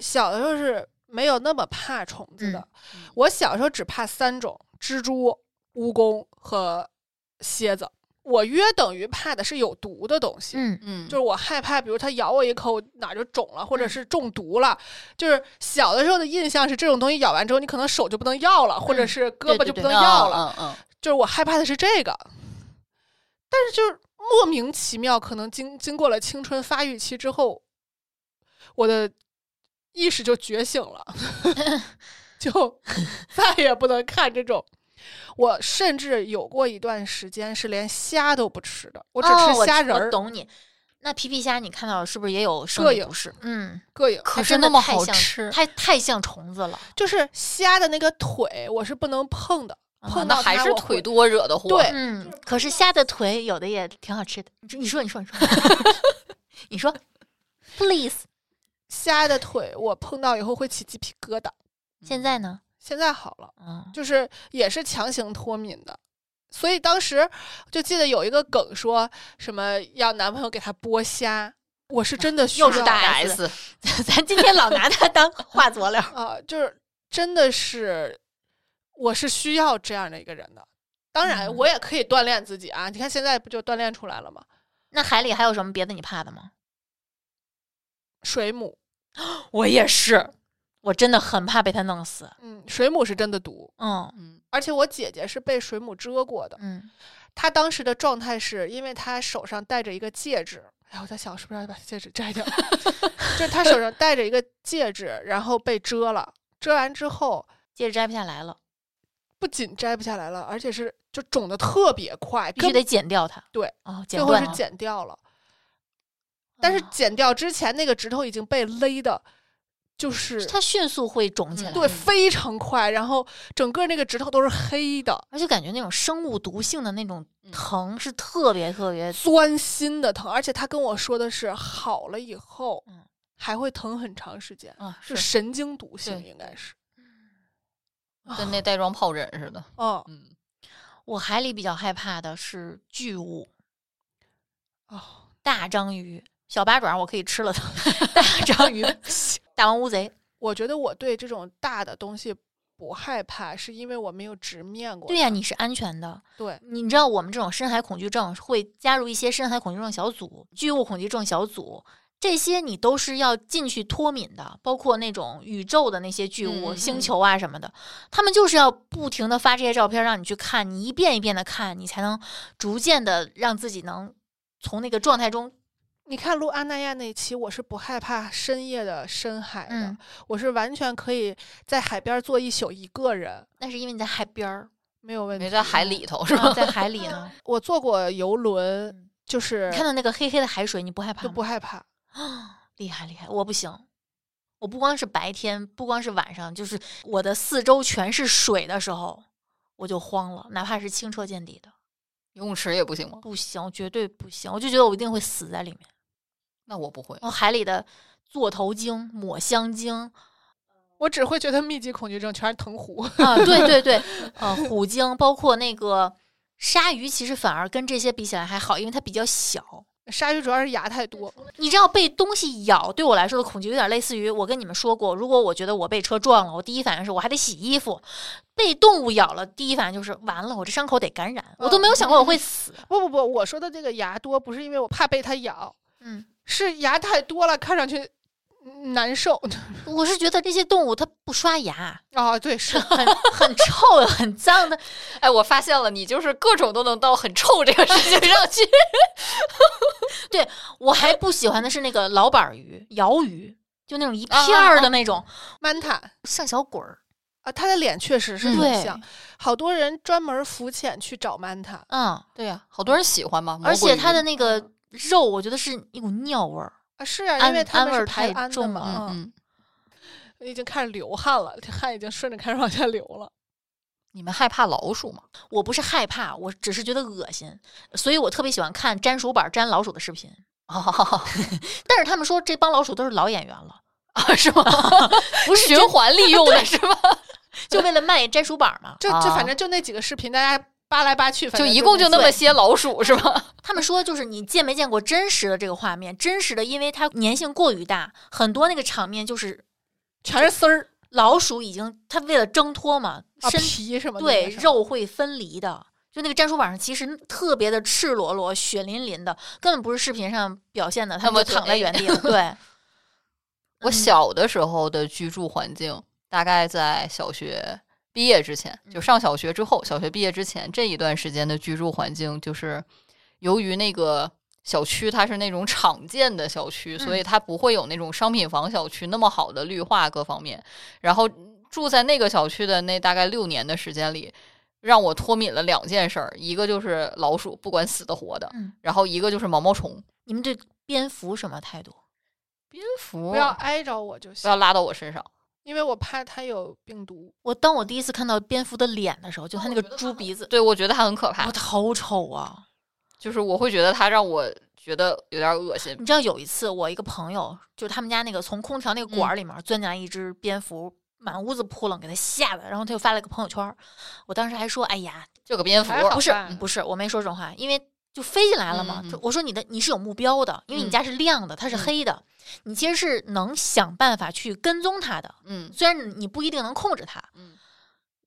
小的时候是没有那么怕虫
嗯
子的。我小时候只怕三种：蜘蛛、蜈蚣和蝎子。我约等于怕的是有毒的东西，
嗯
嗯，
就是我害怕，比如它咬我一口，我哪儿就肿了，或者是中毒了。就是小的时候的印象是，这种东西咬完之后，你可能手就不能要了，或者是胳膊
嗯对
就不能
对对
要了。
嗯嗯
就是我害怕的是这个，但是就是莫名其妙，可能经经过了青春发育期之后，我的意识就觉醒 了，就再也不能看这种。我甚至有过一段时间是连虾都不吃的，我
哦我
只吃虾仁
我
儿，
懂你。那皮皮虾，你看到是不是也有生
膈
理
应
不适？嗯，
膈应。
可
它
是
真的
那么
太
好
像
吃，
太太像虫子了。
就是虾的那个腿，我是不能碰的，
啊
碰
那
到
还
它
是
我
腿
会
多惹的祸。
对
嗯，可是虾的腿有的也挺好吃的。你说，你说，你说， 你说，please。
虾的腿，我碰到以后会起鸡皮疙瘩。
现在呢？
现在好了。
嗯
就是也是强行脱敏的。所以当时就记得有一个梗说什么要男朋友给她剥虾，我是真的需要
又是大
啊大
S
S，
嗯 咱今天老拿它 当化佐料。
啊、就是真的是我是需要这样的一个人的。当然，
嗯
我也可以锻炼自己啊！你看现在不就锻炼出来了吗？
那海里还有什么别的你怕的吗？
水母，
我也是，我真的很怕被它弄死。
嗯，水母是真的毒，
嗯
嗯
而且我姐姐是被水母蛰过的。
嗯，
她当时的状态是因为她手上戴着一个戒指，哎，我在想是不是要把戒指摘掉， 就是她手上戴着一个戒指，然后被蛰了，蛰完之后
戒指摘不下来了，
不仅摘不下来了，而且是就肿的特别快，
必须
根
得剪掉它。
对，
哦，
最
剪
后
断
是
它。
剪掉了。但是
哦
剪掉之前，那个指头已经被勒的，就是
它迅速会肿起来，
对非常快，然后整个那个指头都是黑的，
而且感觉那种生物毒性的那种疼嗯是特别特别
钻心的疼，而且她跟我说的是好了以后
嗯，
还会疼很长时间。
啊，
就是神经毒性
对
应该是。啊
跟那带状疱疹似的。
哦
嗯，
我海里比较害怕的是巨物，
哦，
大章鱼、小八爪，我可以吃了它。 大章鱼、大王乌贼，
我觉得我对这种大的东西不害怕，是因为我没有直面过它。
对呀、你是安全的。
对
你知道我们这种深海恐惧症会加入一些深海恐惧症小组、巨物恐惧症小组，这些你都是要进去脱敏的，包括那种宇宙的那些巨物、
嗯嗯
星球啊什么的，他们就是要不停的发这些照片让你去看，你一遍一遍的看，你才能逐渐的让自己能从那个状态中，
你看录阿那亚那一期，我是不害怕深夜的深海的，
嗯，
我是完全可以在海边坐一宿一个人，
那是因为你在海边儿，
没有问题。
没在海里头是
然后
吧？
在海里呢，
我坐过游轮
嗯，
就是
你看到那个黑黑的海水，你不害怕
就
吗？
不害怕。
啊，厉害厉害！我不行，我不光是白天，不光是晚上，就是我的四周全是水的时候，我就慌了，哪怕是清澈见底的，
游泳池也不行吗？
不行，绝对不行！我就觉得我一定会死在里面。
那我不会。
然后海里的座头鲸、抹香鲸
我只会觉得密集恐惧症全是藤壶，
啊，对对对，呃，虎鲸，包括那个鲨鱼，其实反而跟这些比起来还好，因为它比较小。
鲨鱼主要是牙太多。
你知道被东西咬对我来说的恐惧有点类似于我跟你们说过，如果我觉得我被车撞了，我第一反应是我还得洗衣服；被动物咬了，第一反应就是完了，我这伤口得感染。我都没有想过我会死。
不不不，我说的这个牙多不是因为我怕被它咬，
嗯，
是牙太多了，看上去嗯难受。
嗯我是觉得这些动物它不刷牙，
啊，对，是
很很臭、 很脏的。
哎，我发现了，你就是各种都能到很臭这个 事情上去。
我还不喜欢的是那个老板鱼、鳐鱼，就那种一片儿的那种，
曼塔
啊像小鬼儿。
啊，它的脸确实是
嗯
很
对，
像。好多人专门浮潜去找曼塔，
嗯，
对呀、好多人喜欢 嘛。
而且它
它
的那个肉，我觉得是一股尿味儿。
啊，是啊，
氨
因为他
氨
们
味
是
儿
排
太
氨的
重了
嘛，
嗯嗯，
已经开始流汗了，这汗已经顺着开始往下流了。
你们害怕老鼠吗？
我不是害怕，我只是觉得恶心，所以我特别喜欢看粘鼠板粘老鼠的视频。
哦，
但是他们说这帮老鼠都是老演员了，
啊 是吗？
不是
循
真
环利用的是吧？
就为了卖粘鼠板嘛。
这这
啊
反正就那几个视频，大家扒来扒去，反
就
正
一共就那
那
么些老鼠是吧？
他们说就是你见没见过真实的这个画面？真实的，因为它粘性过于大，很多那个场面就是
全是丝儿
老鼠已经它为了挣脱嘛，
啊
身
皮什么的，
对，肉会分离的。就那个粘鼠板上其实嗯特别的赤裸裸、血淋淋的，根本不是视频上表现的，他
那么
们就躺在
腿
原 地了。对，
我小的时候的居住环境，大概在小学毕业之前，就上小学之后，小学毕业之前这一段时间的居住环境，就是由于那个小区它是那种厂建的小区，所以它不会有那种商品房小区那么好的绿化各方面。然后住在那个小区的那大概六年的时间里。让我脱敏了两件事儿，一个就是老鼠，不管死的活的，
嗯
然后一个就是毛毛虫。
你们对蝙蝠什么态度？
蝙蝠
不要挨着我就
不
行
要，拉到我身上。
因为我怕它有病毒。
我当我第一次看到蝙蝠的脸的时候，就它那个猪鼻子，
哦对，我觉得它很可怕
我，哦好丑啊！
就是我会觉得它让我觉得有点恶心
你。知道有一次，我一个朋友，就他们家那个从空调那个
嗯
管儿里面钻进来一只蝙蝠，满屋子扑棱，给他吓的，然后他就发了个朋友圈儿。我当时还说：“哎呀，
就个蝙蝠，
还好
不是
吧
不是，我没说这种话，因为就飞进来了嘛。
嗯嗯嗯嗯
就我说你的你是有目标的，因为你家是亮的，它是
嗯
黑的，你其实是能想办法去跟踪它的，
嗯
虽然你不一定能控制它。”
嗯，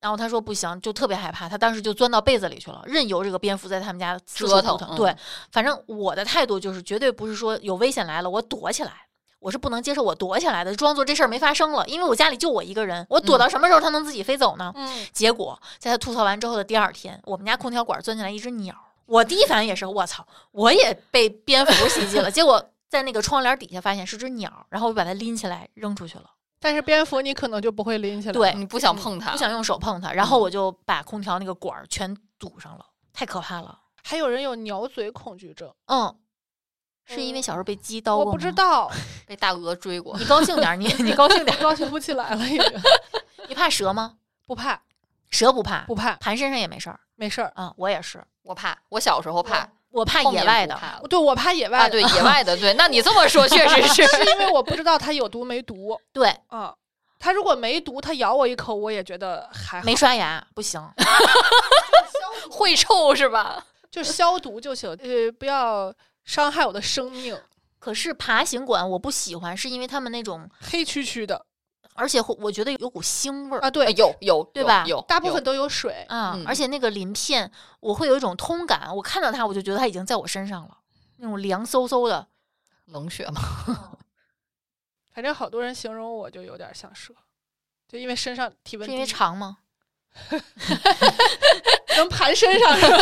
然后他说不行，就特别害怕，他当时就钻到被子里去了，任由这个蝙蝠在他们家四处
折
扑
腾嗯
对，反正我的态度就是，绝对不是说有危险来了我躲起来，我是不能接受我躲起来的，装作这事儿没发生了，因为我家里就我一个人，我躲
嗯
到什么时候它能自己飞走呢？
嗯，
结果在他吐槽完之后的第二天，我们家空调管钻进来一只鸟，我第一反应也是我操，我也被蝙蝠袭击了，结果在那个窗帘底下发现是只鸟，然后我把它拎起来扔出去了。
但是蝙蝠你可能就不会拎起来，
对，
你嗯不想碰它，
不想用手碰它，然后我就把空调那个管儿全堵上了，太可怕了。
还有人有鸟嘴恐惧症，
嗯，是因为小时候被鸡叨过
我
吗
不知。 道，
被大鹅追过
你。高兴点 儿，你你高兴点儿。
高兴不起来了，已经
你怕蛇吗？
不怕
蛇不怕，
不怕，
盘身上也没事儿。
没事儿。
嗯，我也是，
我怕，我小时候怕，
我怕
后
野
面
外
不
的。
怕了
对我怕野外
啊，
的
对，野外的，对。那你这么说，确实是
是因为我不知道它有毒没毒
对，
啊。它如果没毒，它咬我一口，我也觉得还好，
没刷牙不行。
会臭是吧？
就消毒就行，呃，不要伤害我的生命。
可是爬行馆我不喜欢，是因为他们那种，
黑黢黢的
而且会我觉得有股腥味儿
啊，
哎
对，
有有
对
有
吧
有，
大部分
有
都有水。
啊、
嗯
而且那个鳞片我会有一种通感，我看到它我就觉得它已经在我身上了，那种凉飕飕的。
冷血嘛，
反正好多人形容我就有点像蛇，就因为身上体温
是因为
低
长吗？
能盘身上是吧，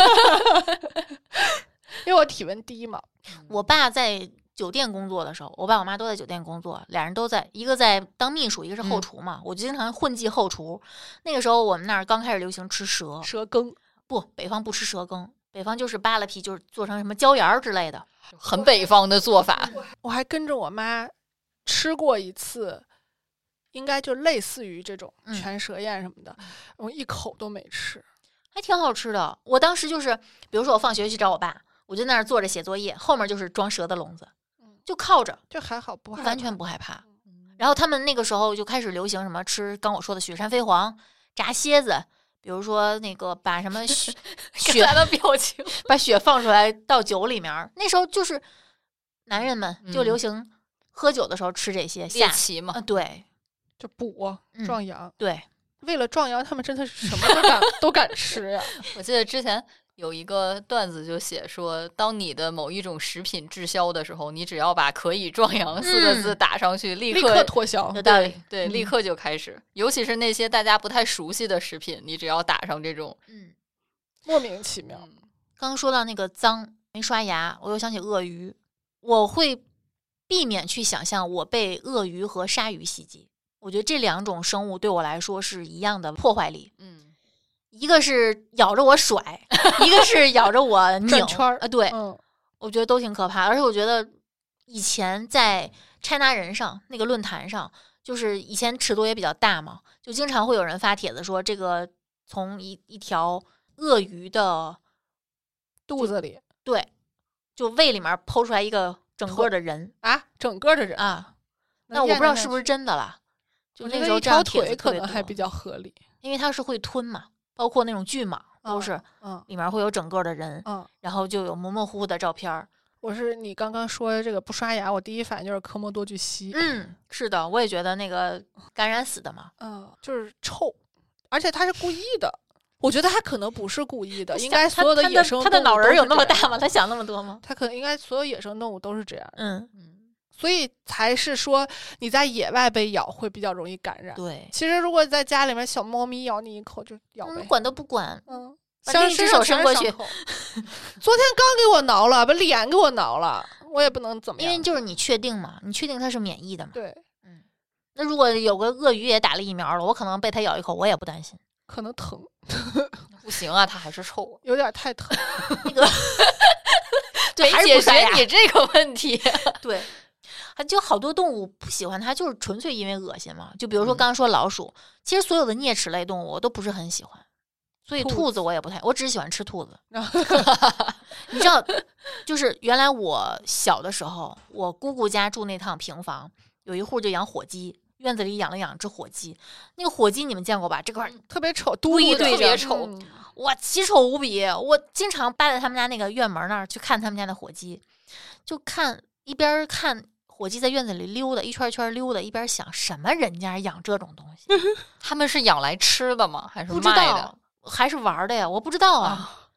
因为我体温低嘛。
我爸在酒店工作的时候，我爸我妈都在酒店工作，俩人都在，一个在当秘书，一个是后
嗯
厨嘛。我就经常混迹后厨。那个时候我们那儿刚开始流行吃蛇，
蛇羹
不，北方不吃蛇羹，北方就是扒了皮，就是做成什么椒盐儿之类的。
很北方的做法。
我还跟着我妈吃过一次，应该就类似于这种
嗯
全蛇宴什么的，我一口都没吃。
还挺好吃的。我当时就是，比如说我放学去找我爸，我就在那儿坐着写作业，后面就是装蛇的笼子
嗯，
就靠着，
就还好不害
完全
怕
不害怕。
嗯
然后他们那个时候就开始流行什么吃刚我说的雪山飞蝗、炸蝎子，比如说那个把什 么雪雪
他的表情，
把雪放出来到酒里面儿。那时候就是男人们就
嗯
流行喝酒的时候吃这些
猎
下，
奇嘛
嗯，，对
就补啊
嗯
壮阳。
对，
为了壮阳，他们真的是什么都 敢都敢吃呀。
嗯我记得之前有一个段子就写说，当你的某一种食品滞销的时候，你只要把“可以壮阳”四个字
嗯
打上去，立
立
刻
刻脱销
有，道
对
理，
对，
嗯
立刻就开始。尤其是那些大家不太熟悉的食品，你只要打上这种，
嗯。
莫名其妙。
嗯，
刚刚说到那个脏没刷牙，我又想起鳄鱼，我会避免去想象我被鳄鱼和鲨鱼袭击。我觉得这两种生物对我来说是一样的破坏力，
嗯
一个是咬着我甩，一个是咬着我 拧
转圈儿
啊，对，
嗯，
我觉得都挺可怕。而且我觉得以前在 China 人上那个论坛上，就是以前尺度也比较大嘛，就经常会有人发帖子说，这个从一一条鳄鱼的
肚子里
对，就胃里面剖出来一个整个的人
啊，整个的人，
啊。
能
那我
咽
不知道
得下
是不是
去。
真的啦，就
我
那
觉得
个时候
一
这
条
样帖子
腿
特
可
别
能还比
多，
较合理。
因为它是会吞嘛，包括那种巨蟒都
嗯
是
嗯
里面会有整个的人，
嗯，
然后就有模模糊糊的照片儿。
我是你刚刚说这个不刷牙，我第一反应就是科莫多巨蜥，
嗯，是的，我也觉得那个感染死的嘛，
嗯，就是臭，而且它是故意的。我觉得它可能不是故意的，
嗯
它
应
想
该
它
所有
它
野生
它的
动物
脑仁儿
都
有
是
那么
这样
大吗？它想那么多吗？
它可能应该所有野生动物都是这样，
嗯，
嗯，
所以才是说你在野外被咬会比较容易感染。
对，
其实如果在家里面，小猫咪咬你一口就咬
我
嗯呗
们，管都不管，
嗯，
把
像
另一只
身上
手
全
伸
是
过
伤
去
口昨天刚给我挠了，把脸给我挠了，我也不能怎么
因
样，
为就是你确定嘛，你确定它是免疫的嘛？
啊对，
那如果有个鳄鱼也打了疫苗了，我可能被它咬一口，我也不担心。
可能疼，
不行啊，它还是臭啊。
有点太疼。
对，还
没解
是不啊刷
决
牙
你这个问题，
对，还就好多动物不喜欢它，就是纯粹因为恶心嘛。就比如说
嗯
刚刚说老鼠，其实所有的啮齿类动物我都不是很喜欢，所以
兔
兔子我也不太，我只喜欢吃兔子。你知道，就是原来我小的时候，我姑姑家住那趟平房，有一户就养火鸡，院子里养了两只火鸡。那个火鸡你们见过吧？这块儿
特别丑，
故
嘟
意
噜
对
着
着
别丑。
嗯
哇，奇丑无比！我经常扒在他们家那个院门那儿去看他们家的火鸡，就看一边儿看火鸡在院子里溜达，一圈儿一圈儿溜达，一边儿想什么人家养这种东西，
他们是养来吃的吗？还是
不知
卖的？
道还是玩儿的呀？我不知道啊，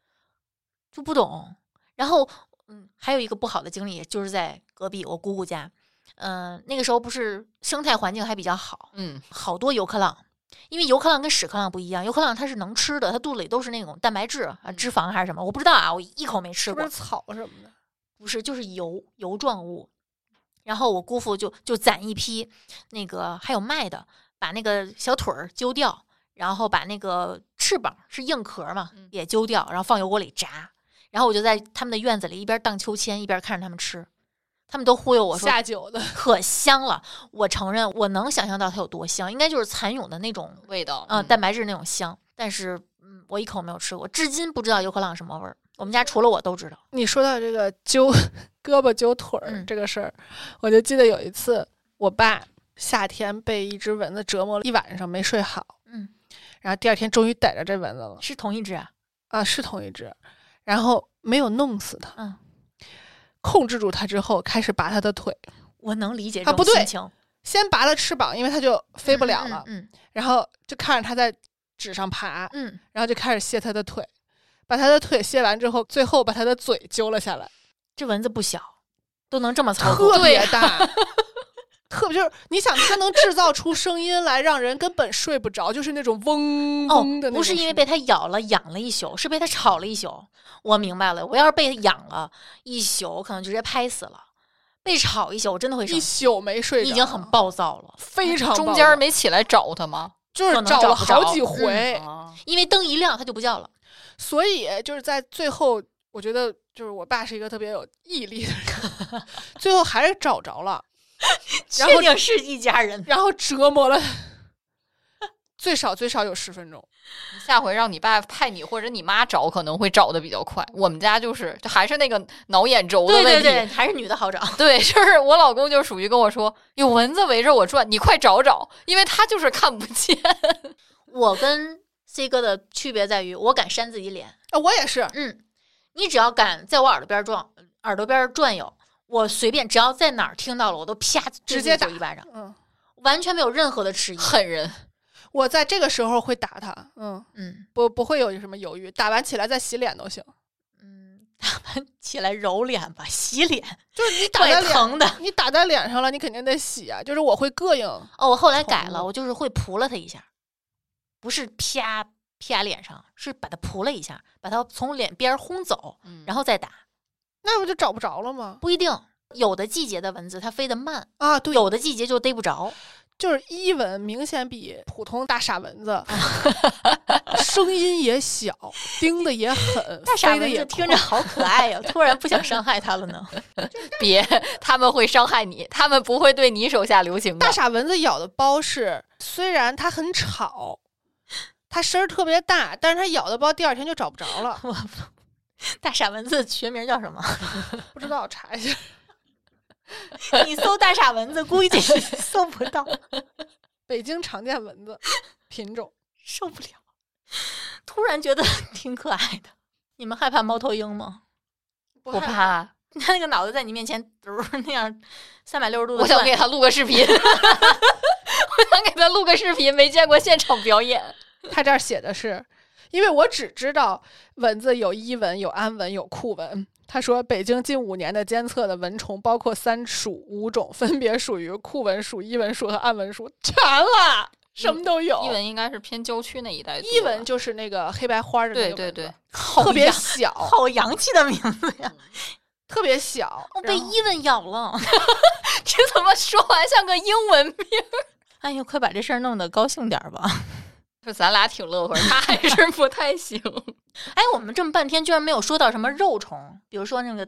就不懂。然后，嗯，还有一个不好的经历，就是在隔壁我姑姑家，嗯、那个时候不是生态环境还比较好，
嗯
好多游客浪，因为游客浪跟屎壳郎不一样，游客浪它是能吃的，它肚子里都是那种蛋白质啊、
嗯
脂肪还是什么，我不知道啊，我一口没
是
吃
不是
过，
草什么的？
不是就是油油状物。然后我姑父就就攒一批那个还有卖的，把那个小腿儿揪掉，然后把那个翅膀是硬壳儿嘛
嗯
也揪掉，然后放油锅里炸。然后我就在他们的院子里一边荡秋千一边看着他们吃，他们都忽悠我说
下酒的，
可香了。我承认，我能想象到它有多香，应该就是蚕蛹的那种，
味道
嗯、蛋白质那种香。但是，嗯，我一口没有吃过，至今不知道油壳浪什么味儿。我们家除了我都知道，
你说到这个揪胳膊揪腿儿
嗯
这个事儿，我就记得有一次，我爸夏天被一只蚊子折磨了一晚上没睡好，
嗯，
然后第二天终于逮着这蚊子了，
是同一只啊。
啊，是同一只，然后没有弄死它，
嗯，
控制住它之后，开始拔它的腿，
我能理解
啊
这种
不对
心情，
先拔了翅膀，因为它就飞不
嗯
了了，
嗯
然后就看着它在纸上爬，
嗯嗯
然后就开始卸它的腿，把它的腿卸完之后，最后把它的嘴揪了下来。
这蚊子不小，都能这么操作，
特
对
别大，特别就是你想它能制造出声音来，让人根本睡不着，就是那种嗡
哦
嗡的，那种声音、
不是因为被它咬了痒了一宿，是被它吵了一宿。我明白了，我要是被痒了一宿，我可能直接拍死了。被吵一宿，我真的会生
一
气，
宿没睡着，
已经很暴躁了，
非常
中
暴
间
躁
没起来找他吗？
就是
可能
找
找
了
不
好
着嗯
几回，
啊
因为灯一亮它就不叫了。
所以就是在最后，我觉得就是我爸是一个特别有毅力的 人，最后还是找着了，然后
确定是一家人，
然后折磨了 最少最少有十分钟。
嗯
下回让你爸派你或者你妈找，可能会找的比较快。我们家就是，就还是那个脑眼轴的
对
问题。
对对，还是女的好找。
对就是我老公就属于跟我说有蚊子围着我转，你快找找，因为他就是看不见。
我跟 C 哥的区别在于，我敢扇自己脸。
啊，我也是，
嗯，你只要敢在我耳朵边儿撞，耳朵边儿转悠，我随便只要在哪儿听到了，我都啪
直接
打
打
一巴掌，
嗯，
完全没有任何的迟疑。
狠人，
我在这个时候会打他，嗯，
嗯
不不会有什么犹豫，打完起来再洗脸都行，
嗯， 打完起来揉脸吧，洗脸
就是 你打在
怪
脸，
疼的。
你打在脸上了，你肯定得洗啊，就是我会膈应，
哦，我后来改
疼
了，
吗
我就是会扑了他一下，不是啪啪脸上，是把他扑了一下，把他从脸边儿轰走，
嗯
然后再打。
那不就找不着了吗？
不一定，有的季节的蚊子它飞得慢，
啊，对，
有的季节就逮不着。
就是伊蚊明显比普通大傻蚊 子声音也小，叮的也狠，
大傻
飞得
蚊
也
子听
快
着好可爱呀、突然不想伤害它了呢。，
别，他们会伤害你，他们不会对你手下留情的
大。傻蚊子咬的包是，虽然它很吵，它声儿特别大，但是它咬的包第二天就找不着了
我 大傻蚊子学名叫什么？
不知道查一下。
你搜大傻蚊子，估计 搜不到，
北京常见蚊子品种，
受不了。 突然觉得挺可爱的。你们害怕猫头鹰吗？
不
不怕，
它那个脑袋在你面前嘟儿那样三百六十度的
我想给他录个视频， 我想给他录个视频，没见过现场表演。
它这儿写的是，因为我只知道蚊子有伊蚊、有安蚊、有酷蚊。他说，北京近五年的监测的蚊虫包括三属五种，分别属于酷蚊属、伊蚊属和暗蚊属，全了，什么都有。
伊文应该是偏郊区那一带多吧，
伊蚊就是那个黑白花儿的那
对
个
对对
蚊子，，特别小，
好洋气的名字 呀！
特别小
我，哦被
然后
伊蚊咬了，
这怎么说完像个英文名？
哎呦，快把这事儿弄得高兴点儿吧！
就咱俩挺乐呵，他还是不太行。
哎，我们这么半天居然没有说到什么肉虫，比如说那个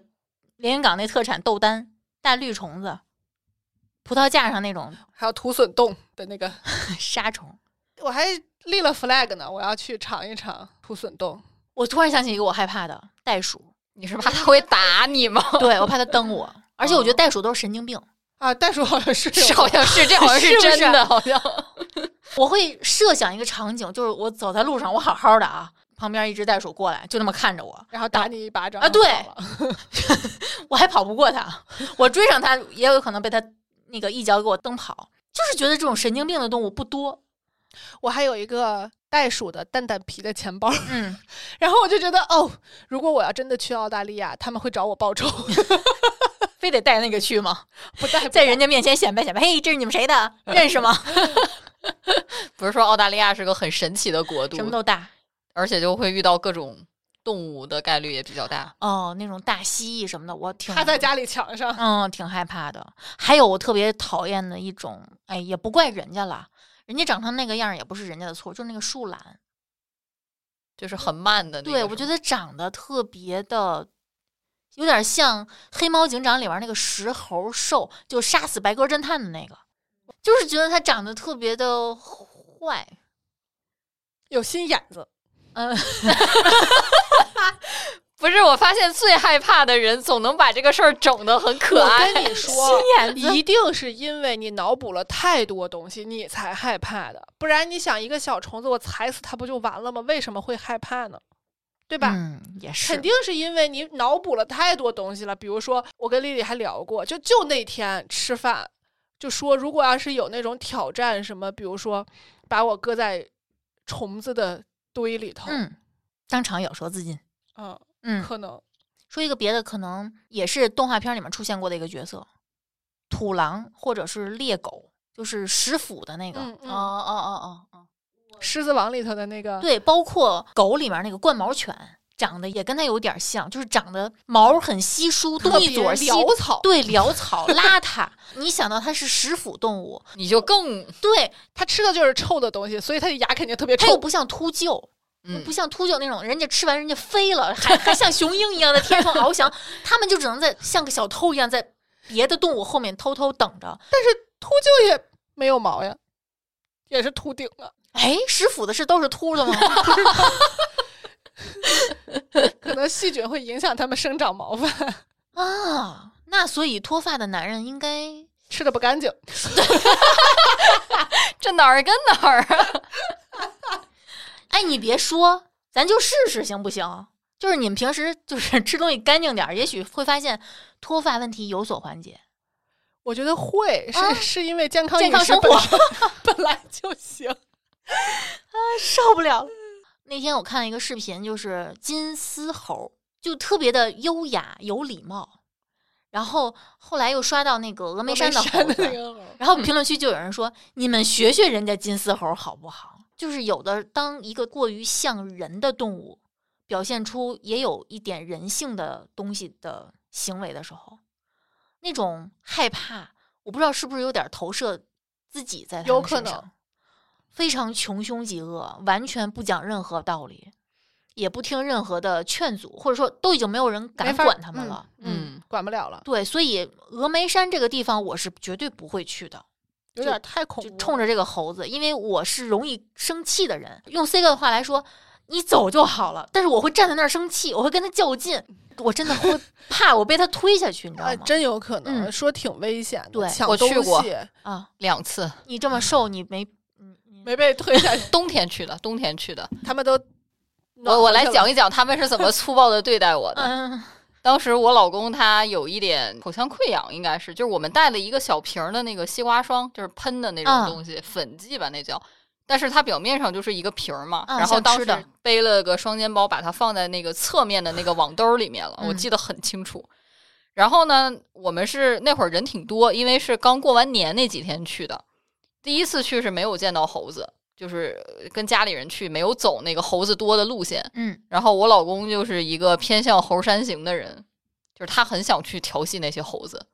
连云港那特产豆丹、大绿虫子、葡萄架上那 种
还有土笋冻的那个，
沙虫。
我还立了 flag 呢，我要去尝一尝土笋冻。
我突然想起一个我害怕的袋 鼠，
你是怕他会打你吗？
对我怕它蹬 我，而且我觉得袋鼠都是神经病，
啊，袋鼠好像是有
是好像 是这啊好像
是不是
真的，好像
我会设想一个场景，就是我走在路上，我好好的啊，旁边一只袋鼠过来，就这么看着我，
然后打你一巴掌
啊
就
对
好了
我还跑不过它， 我追上它也有可能被它那个一脚给我蹬跑，就是觉得这种神经病的动物不多，
我还有一个袋鼠的蛋蛋皮的钱包，
嗯，
然后我就觉得哦，如果我要真的去澳大利亚，他们会找我报仇，
非得带那个去吗？
不带
在人家面前显摆显摆，嘿，这是你们谁的？
嗯
认 识吗？
不是说澳大利亚是个很神奇的国度，
什么都大
而且就会遇到各种动物的概率也比较大。
哦，那种大蜥蜴什么的，我挺
趴在家里墙上。
嗯挺害怕的。还有我特别讨厌的一种，哎，也不怪人家了，人家长成那个样儿也不是人家的错，就是那个树懒。
就是很慢的那个
对，
什么，
我觉得长得特别的，有点像《黑猫警长》里边那个石猴兽，就杀死白鸽侦探的那个，就是觉得它长得特别的坏。
有心眼子，
嗯，
不是。我发现最害怕的人总能把这个事儿整得很可爱。
我跟你说，
眼子
一定是因为你脑补了太多东西，你才害怕的。不然你想，一个小虫子我踩死它不就完了吗？为什么会害怕呢？对吧？
嗯，也是
肯。定是因为你脑补了太多东西了。比如说，我跟丽丽还聊过，就就那天吃饭，就说如果要是有那种挑战什么，比如说把我搁在虫子的堆里头，
嗯，当场咬舌自尽。
嗯
嗯，
可能
说一个别的，可能也是动画片里面出现过的一个角色，土狼或者是猎狗，就是食腐的那个。
嗯
哦
嗯，
哦哦哦
狮子王里头的那个，
对，包括狗里面那个冠毛犬，长得也跟它有点像，就是长得毛很稀疏，
特
东一
别
撮儿西。
潦草，
对，潦草邋遢，你想到它是食腐动物，
哦，你就更
对，
它吃的就是臭的东西，所以它的牙肯定特别
它又
臭。
不像秃鹫，
嗯
不像秃鹫那种，人家吃完人家飞了，还还像雄鹰一样在天上翱翔，它们就只能在像个小偷一样在别的动物后面偷偷等着。
秃鹫也没有毛呀，也是秃顶啊，
哎，食腐的是都是秃的吗？
可能细菌会影响它们生长毛发，
啊，那所以脱发的男人应该
吃的不干净。
这哪儿跟哪儿啊？
哎，你别说，咱就试试行不行？就是你们平时就是 吃东西干净点儿，也许会发现脱发问题有所缓解。
我觉得会是、
啊
是因为健康
健
饮
康
食
生
本
活
身 本来就行。
受不了了。那天我看了一个视频，就是金丝猴，就特别的优雅有礼貌。然后后来又刷到那个峨眉山的猴
那
子，
个猴
然后评论区就有人说：“你们学学人家金丝猴好不好？”就是有的当一个过于像人的动物，表现出也有一点人性的东西的行为的时候，那种害怕，我不知道是不是有点投射自己在他
有
们
可
身
能
上，非常穷凶极恶，完全不讲任何道理，也不听任何的劝阻，或者说都已经没有人
没
敢
法
管他们了。
嗯，
嗯
管不了了，
对，所以峨眉山这个地方我是绝对不会去的，
有点太恐
就
怖。
冲着这个猴子，因为我是容易生气的人。用 C 哥的话来说，你走就好了，但是我会站在那儿生气，我会跟他较劲，我真的 会怕我被他推下去，你知道
啊，
吗？
真有可能、
嗯
说挺危险的，
对
抢
我
东
去过
西
啊，
两次，
你这么瘦，你没
没被推下去，
冬天去的，冬天去的。
他 们都暖
我我
和
来
去了
讲一讲他们是怎么粗暴的对待我的。
嗯
当时我老公他有一点口腔溃疡，应该是，就是我们带了一个小瓶儿的那个西瓜霜，就是喷的那
嗯
种东西，粉剂吧那叫。但是它表面上就是一个瓶儿嘛，
嗯
然后
像
当
吃
时
的
背了个双肩包，把它放在那个侧面的那个网兜里面了，
嗯
我记得很清楚。然后呢，我们是那会儿人挺多，因为是刚过完年那几天去的，第一次去是没有见到猴子，就是呃跟家里人去，没有走那个猴子多的路线。
嗯
然后我老公就是一个偏向猴山行的人，就是他很想去调戏那些猴子。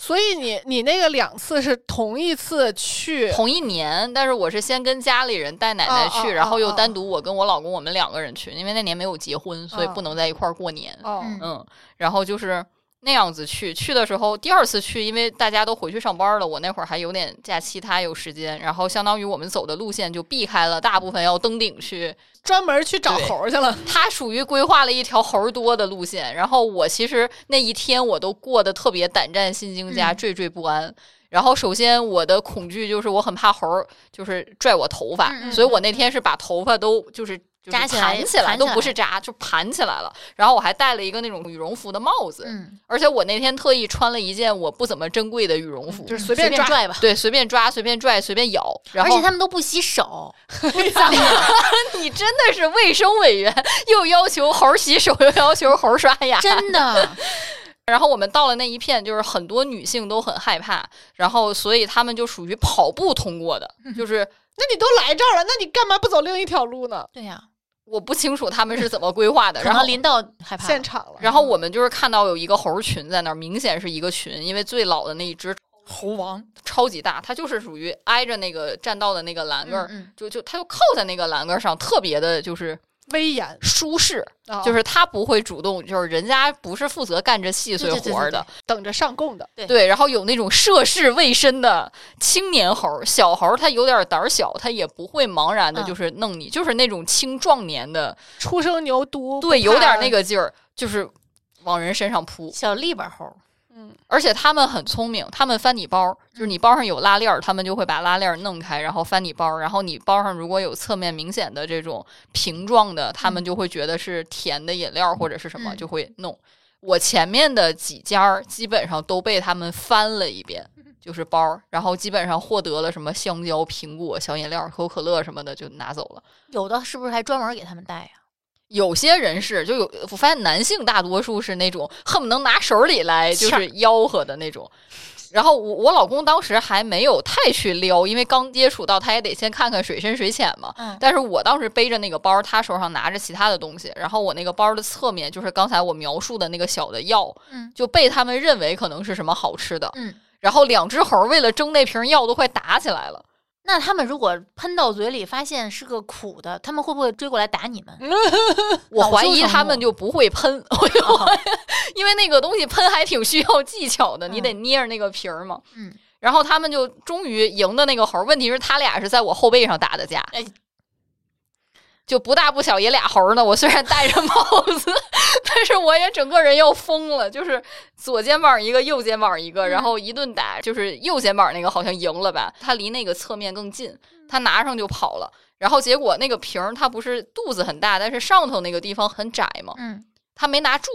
所以你你那个两次是同一次去，
同一年，但是我是先跟家里人带奶奶
哦
去，
哦
然后
哦
又
哦
单独我跟我老公我们两个人去，因为那年没有结婚，所以
哦
不能在一块儿过年。
哦，
嗯
嗯，然后就是那样子去。去的时候，第二次去，因为大家都回去上班了，我那会儿还有点假期，他有时间，然后相当于我们走的路线就避开了大部分要登顶去。
专门去找
对
猴儿去 了，
他属于规划了一条猴儿多的路线，然后我其实那一天我都过得特别胆战心惊加
嗯
惴惴不安。然后，首先我的恐惧就是我很怕猴儿，就是拽我头发，
嗯嗯
所以我那天是把头发都就是就是
扎起来
盘起来，
盘起
都
来
不是扎，就盘起来了。然后我还戴了一个那种羽绒服的帽子，
嗯，
而且我那天特意穿了一件我不怎么珍贵的羽绒服，
就是随
嗯随
便抓，
拽吧。
对，随便抓、随便拽、随便咬。然
而
后
且他们都不洗 手，
你真的是卫生委员，又要求猴儿洗手，又要求猴儿刷牙，
真的
然后我们到了那一片，就是很多女性都很害怕，然后所以她们就属于跑步通过的，
嗯
就是
那你都来这儿了，那你干嘛不走另一条路呢？
对 呀、
我不清楚她们是怎么规 划的。
可
然后
能，临到害怕了
现场了，
然后我们就是看到有一个猴群在那儿，明显是一个群，因为最老的那一只
猴王
超级大，它就是属于挨着那个栈道的那个栏杆儿，
嗯
就就它就靠在那个栏杆儿上，特别的就是
威严，
舒适，
啊
就是它不会主动，就是人家不是负责干这细碎
对对对
活儿
对
的，
等着上供的，
对，然后有那种涉世未深的青年猴儿、小猴儿，他有点胆儿小，他也不会茫然的，
嗯
就是弄你，就是那种青壮年的，
初生牛犊，
对，有点那
个，
个劲儿，就是往人身上扑
嗯，。小立本猴，
嗯，
而且他们很聪明，他们翻你包儿，就是你包上有拉链儿，他们就会把拉链儿弄开，然后翻你包儿，然后你包上如果有侧面明显的这种瓶状的，他们就会觉得是甜的饮料或者是什么，
嗯
就会弄。我前面的几家儿基本上都被他们翻了一遍，就是包儿，然后基本上获得了什么香蕉、苹果、小饮料、可口可乐什么的就拿走了。
有的是不是还专门给他们带呀、啊
有些人是就有，我发现男性大多数是那种恨不能拿手里来就是吆喝的那种。然后我我老公当时还没有太去撩，因为刚接触到，他也得先看看水深水浅嘛。
嗯
但是我当时背着那个包，他手上拿着其他的东西，然后我那个包的侧面就是刚才我描述的那个小的药，
嗯
就被他们认为可能是什么好吃的。
嗯，
然后两只猴为了争那瓶药都快打起来了。
那他们如果喷到嘴里发现是个苦的，他们会不会追过来打你们？
我怀
恼羞
疑
成
他们
怒
就不会喷， 我就
哦
因为那个东西喷还挺需要技巧的，
嗯
你得捏着那个皮儿嘛。
嗯，
然后他们就终于赢的那个猴儿，问题是他俩是在我后背上打的架
哎，
就不大不小也俩猴儿呢。我虽然戴着帽子，但是我也整个人要疯了，就是左肩膀一个，右肩膀一个，
嗯
然后一顿打，就是右肩膀那个好像赢了吧，他离那个侧面更近，
嗯
他拿上就跑了。然后结果那个瓶儿，它不是肚子很大，但是上头那个地方很窄嘛，
嗯
他没拿住，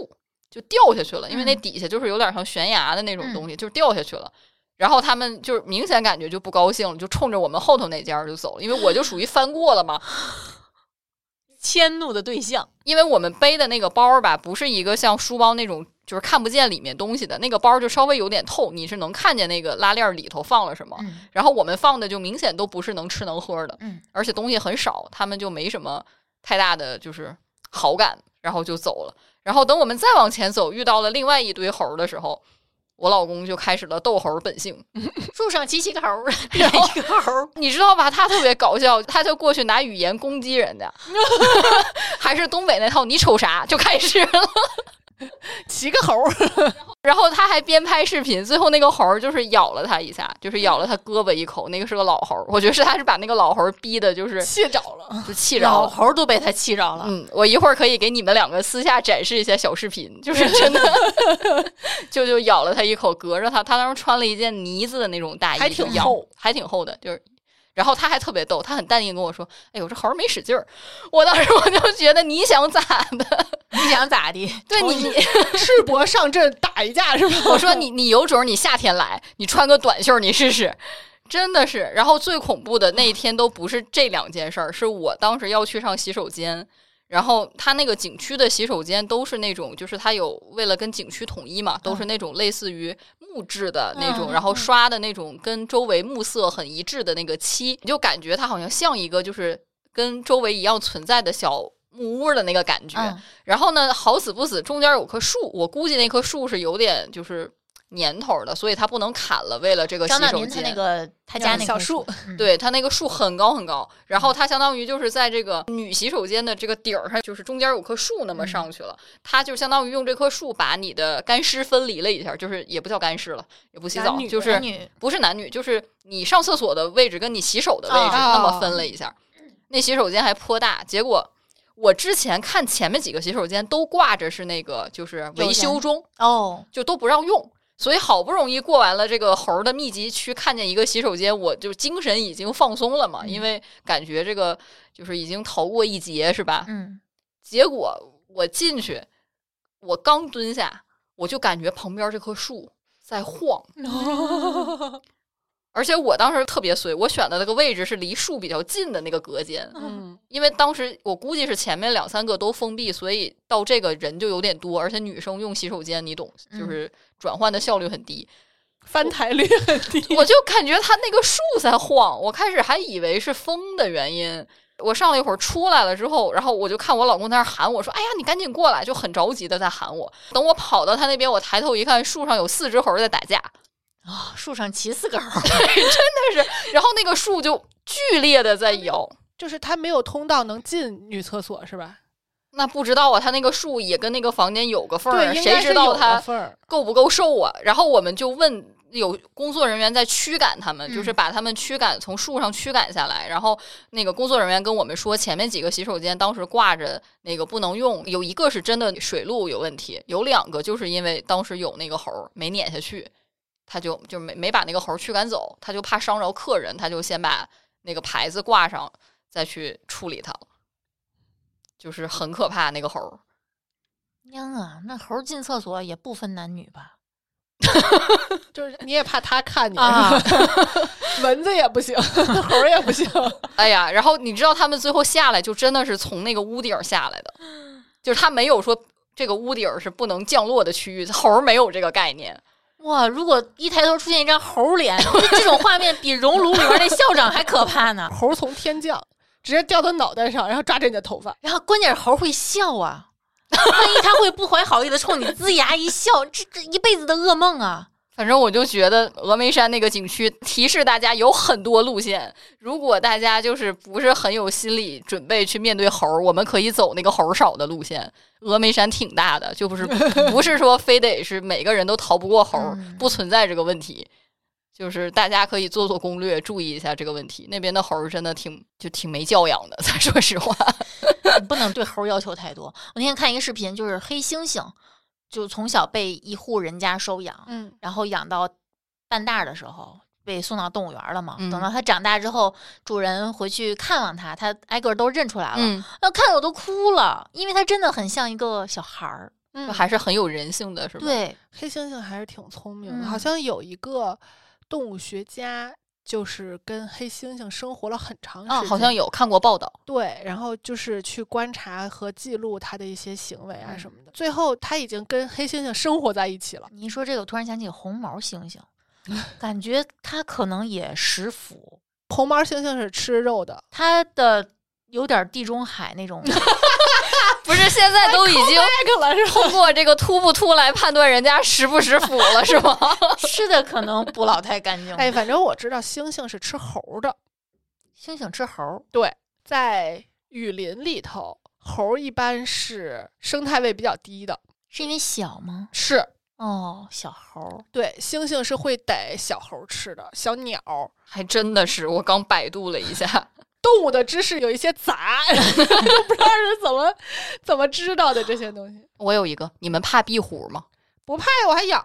就掉下去了，因为那
嗯
底下就是有点像悬崖的那种东西，就是掉下去了。然后他们就是明显感觉就不高兴了，就冲着我们后头那家就走了，因为我就属于翻过了嘛，
迁怒的对象。
因为我们背的那个包儿吧，不是一个像书包那种就是看不见里面东西的，那个包儿就稍微有点透，你是能看见那个拉链儿里头放了什么。
嗯
然后我们放的就明显都不是能吃能喝的，
嗯，
而且东西很少，他们就没什么太大的就是好感，然后就走了。然后等我们再往前走，遇到了另外一堆猴儿的时候，我老公就开始了斗猴儿本性。
树上骑七个猴 儿，
然后
一个猴儿。
你知道吧？他特别搞笑，他就过去拿语言攻击 人家，还是东北那套“你瞅啥”就开始了。
骑个猴儿，
然后他还边拍视频，最后那个猴儿就是咬了他一下，就是咬了他胳膊一口。那个是个老猴儿，我觉得是他是把那个老猴儿逼的，就是
气着了。
就气着
老
了。
猴儿都被他气着了。
嗯，我一会儿可以给你们两个私下展示一些小视频， 就是真的，就就咬了他一口，隔着他，他当时穿了一件呢子的那种大衣，
嗯还
哎
就
挺
咬
厚，
还挺厚的，就是。然后他还特别逗，他很淡定地跟我说：“哎呦，这猴儿没使劲儿。”我当时我就觉得你想咋的？
你想咋地？
对
同
你，
意
你
赤膊上阵打一架是吧？
我 说你你有种，你夏天来，你穿个短袖儿你试试， 真的是。然后最恐怖的那一天都不是这两件事儿，是我当时要去上洗手间，然后他那个景区的洗手间都是那种，就是他有为了跟景区统一嘛，都是那种类似于木质的那种，
嗯
然后刷的那种跟周围木色很一致的那个漆，你就感觉它好像像一个就是跟周围一样存在的小木屋的那个感觉。
嗯
然后呢，好死不死，中间有棵树，我估计那棵树是有点就是年头儿的，所以它不能砍了。为了这个洗
张大
手
民他
间，
那个他家那个
小树，
嗯，
对它那个树很高很高，然后它相当于就是在这个女洗手间的这个顶儿上，就是中间有棵树那
嗯
么上去了，它就相当于用这棵树把你的干湿分离了一下，就是也不叫干湿了，也不洗
男
澡，
女
就是
男女
不是男女，就是你上厕所的位置跟你洗手的位置
哦
那么分了一下。那洗手间还颇大，结果我之前看前面几个洗手间都挂着是那个就是维修中，
哦，
就都不让用。所以好不容易过完了这个猴儿的密集区，看见一个洗手间，我就精神已经放松了嘛，
嗯
因为感觉这个就是已经逃过一劫，是吧？
嗯，
结果我进去，我刚蹲下，我就感觉旁边这棵树在晃，
嗯
而且我当时特别随，我选的那个位置是离树比较近的那个隔间，
嗯，
因为当时我估计是前面两三个都封闭，所以到这个人就有点多，而且女生用洗手间，你懂，
嗯
就是转换的效率很低。
翻台率很 低。
我就感觉它那个树在晃，我开始还以为是风的原因。我上了一会儿出来了之后，然后我就看我老公在那儿喊我说：“哎呀，你赶紧过来！”就很着急的在喊我。等我跑到他那边，我抬头一看，树上有四只猴儿在打架。
哦树上骑四个猴儿，
然后那个树就剧烈的在摇。
就是它没有通道能进女厕所是吧？
那不知道啊，它那个树也跟那个房间有个缝儿，
对，应
谁
该
知
是
道
有个
它
缝儿。
够不够瘦啊？然后我们就问有工作人员在驱赶他们，
嗯
就是把他们驱赶从树上驱赶下来。然后那个工作人员跟我们说，前面几个洗手间当时挂着那个不能用，有一个是真的水路有问题，有两个就是因为当时有那个猴儿没撵下去，他就就没没把那个猴儿驱赶走，他就怕伤着客人，他就先把那个牌子挂上，再去处理它了。就是很可怕那个猴儿，
娘啊，那猴儿进厕所也不分男女吧？
就是你也怕它看你，
啊，
蚊子也不行，猴儿也不行。
哎呀，然后你知道他们最后下来就真的是从那个屋顶儿下来的，就是它没有说这个屋顶儿是不能降落的区域，猴儿没有这个概念。
哇！如果一抬头出现一张猴脸， 这种画面比《熔炉》里面那校长还可怕呢。
猴儿从天降，直接掉到脑袋上，然后抓着你的头发。
然后关键是猴会笑啊，万一他会不怀好意的冲你龇牙一笑，这这一辈子的噩梦啊！
反正我就觉得峨眉山那个景区提示大家有很多路线，如果大家就是不是很有心理准备去面对猴儿，我们可以走那个猴儿少的路线。峨眉山挺大的，就不是不是说非得是每个人都逃不过猴儿，不存在这个问题。就是大家可以做做攻略，注意一下这个问题。那边的猴儿真的挺就挺没教养的，咱说实话。
你不能对猴要求太多。我那天看一个视频，就是黑猩猩，就从小被一户人家收养，
嗯，
然后养到半大的时候被送到动物园了嘛。
嗯
等到它长大之后，主人回去看望它，它挨个都认出来了。
嗯
那看着我都哭了，因为它真的很像一个小孩儿。
就
嗯
还是很有人性的，是吧？
对，
黑猩猩还是挺聪明的，
嗯
好像有一个动物学家。就是跟黑猩猩生活了很长时间，
啊，好像有看过报道。
对，然后就是去观察和记录它的一些行为啊
嗯
什么的。最后，它已经跟黑猩猩生活在一起了。
你一说这个，我突然想起红毛猩 猩，感觉它可能也食腐，
红毛猩猩是吃肉的，
它的有点地中海那种。
不是现在都已经通过这个秃不秃来判断人家食不食腐了，是吗？
吃的可能不老太干净。
哎，反正我知道猩猩是吃猴的。
猩猩吃猴儿，
对，在雨林里头，猴一般是生态位比较低的。
是因为小吗？
是
哦，小猴儿，
对，猩猩是会逮小猴吃的，小鸟。
还真的是，我刚百度了一下，
动物的知识有一些杂， 不知道是怎么怎么知道的这些东西。
我有一个，你们怕壁虎吗？
不怕呀，我还 养。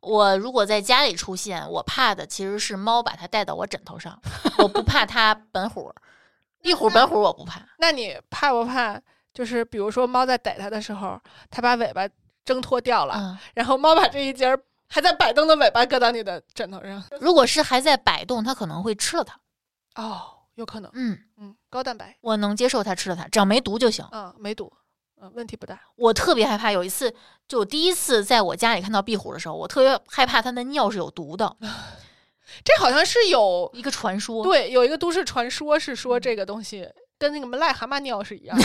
我如果在家里出现，我怕的其实是猫把它带到我枕头上，我不怕它本虎儿，壁虎本虎儿我不怕。
那你怕不怕？就是比如说猫在逮它的时候，它把尾巴挣脱掉了，
嗯，
然后猫把这一截儿还在摆动的尾巴搁到你的枕头上。
如果是还在摆动，它可能会吃了它。
哦，有可能，
嗯，
嗯，高蛋白，
我能接受它吃了它，只要没毒就行。
嗯，没毒，嗯，问题不大。
我特别害怕，有一次就我第一次在我家里看到壁虎的时候，我特别害怕它的尿是有毒的，
这好像是有
一个传说。
对有一个都市传说是说这个东西跟那个癞蛤蟆尿是一 样的，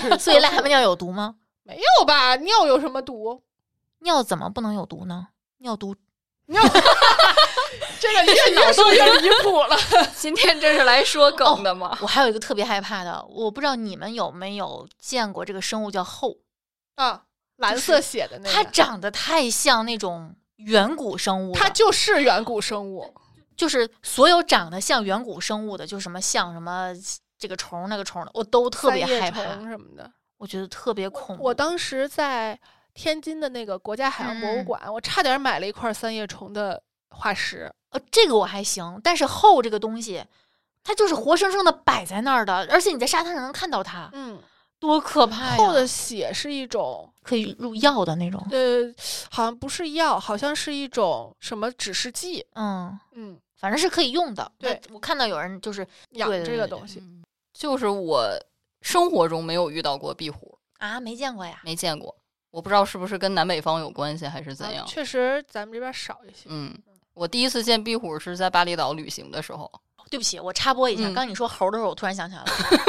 就是
所以癞蛤蟆尿有毒吗？
没有吧？尿有什么毒？
尿怎么不能有毒呢？尿毒
尿 这个越越说越离谱 了。
今天这是来说梗的吗？
我还有一个特别害怕的，我不知道你们有没有见过这个生物叫后，
啊，蓝色血的那
它
个，
长得太像那种远古生物了，
它就是远古生物。
就是所有长得像远古生物的，就什么像什么这个虫儿那个虫儿的，我都特别
三叶
害怕
虫，什么的。
我觉得特别恐怖。
我当时在天津的那个国家海洋博物
嗯
馆，我差点买了一块三叶虫的化石。
呃，这个我还行，但是后这个东西，它就是活生生的摆在那儿的，而且你在沙滩上能看到它，
嗯，哎
多可怕呀！
后的血是一种，
可以入药的那种，
呃，好像不是药，好像是一种什么指示剂。
嗯，
嗯，
反正是可以用的。
对
那我看到有人就是
养
对对
这个
对
哦
东西。
就是我生活中没有遇到过壁虎，
啊，没见过呀，
没见过，我不知道是不是跟南北方有关系还是
啊
怎样。
确实，咱们这边少一 些。
嗯，我第一次见壁虎是在巴厘岛旅行的时候，
对不起，我插播一下，
嗯
刚你说猴的时候，我突然想起来了，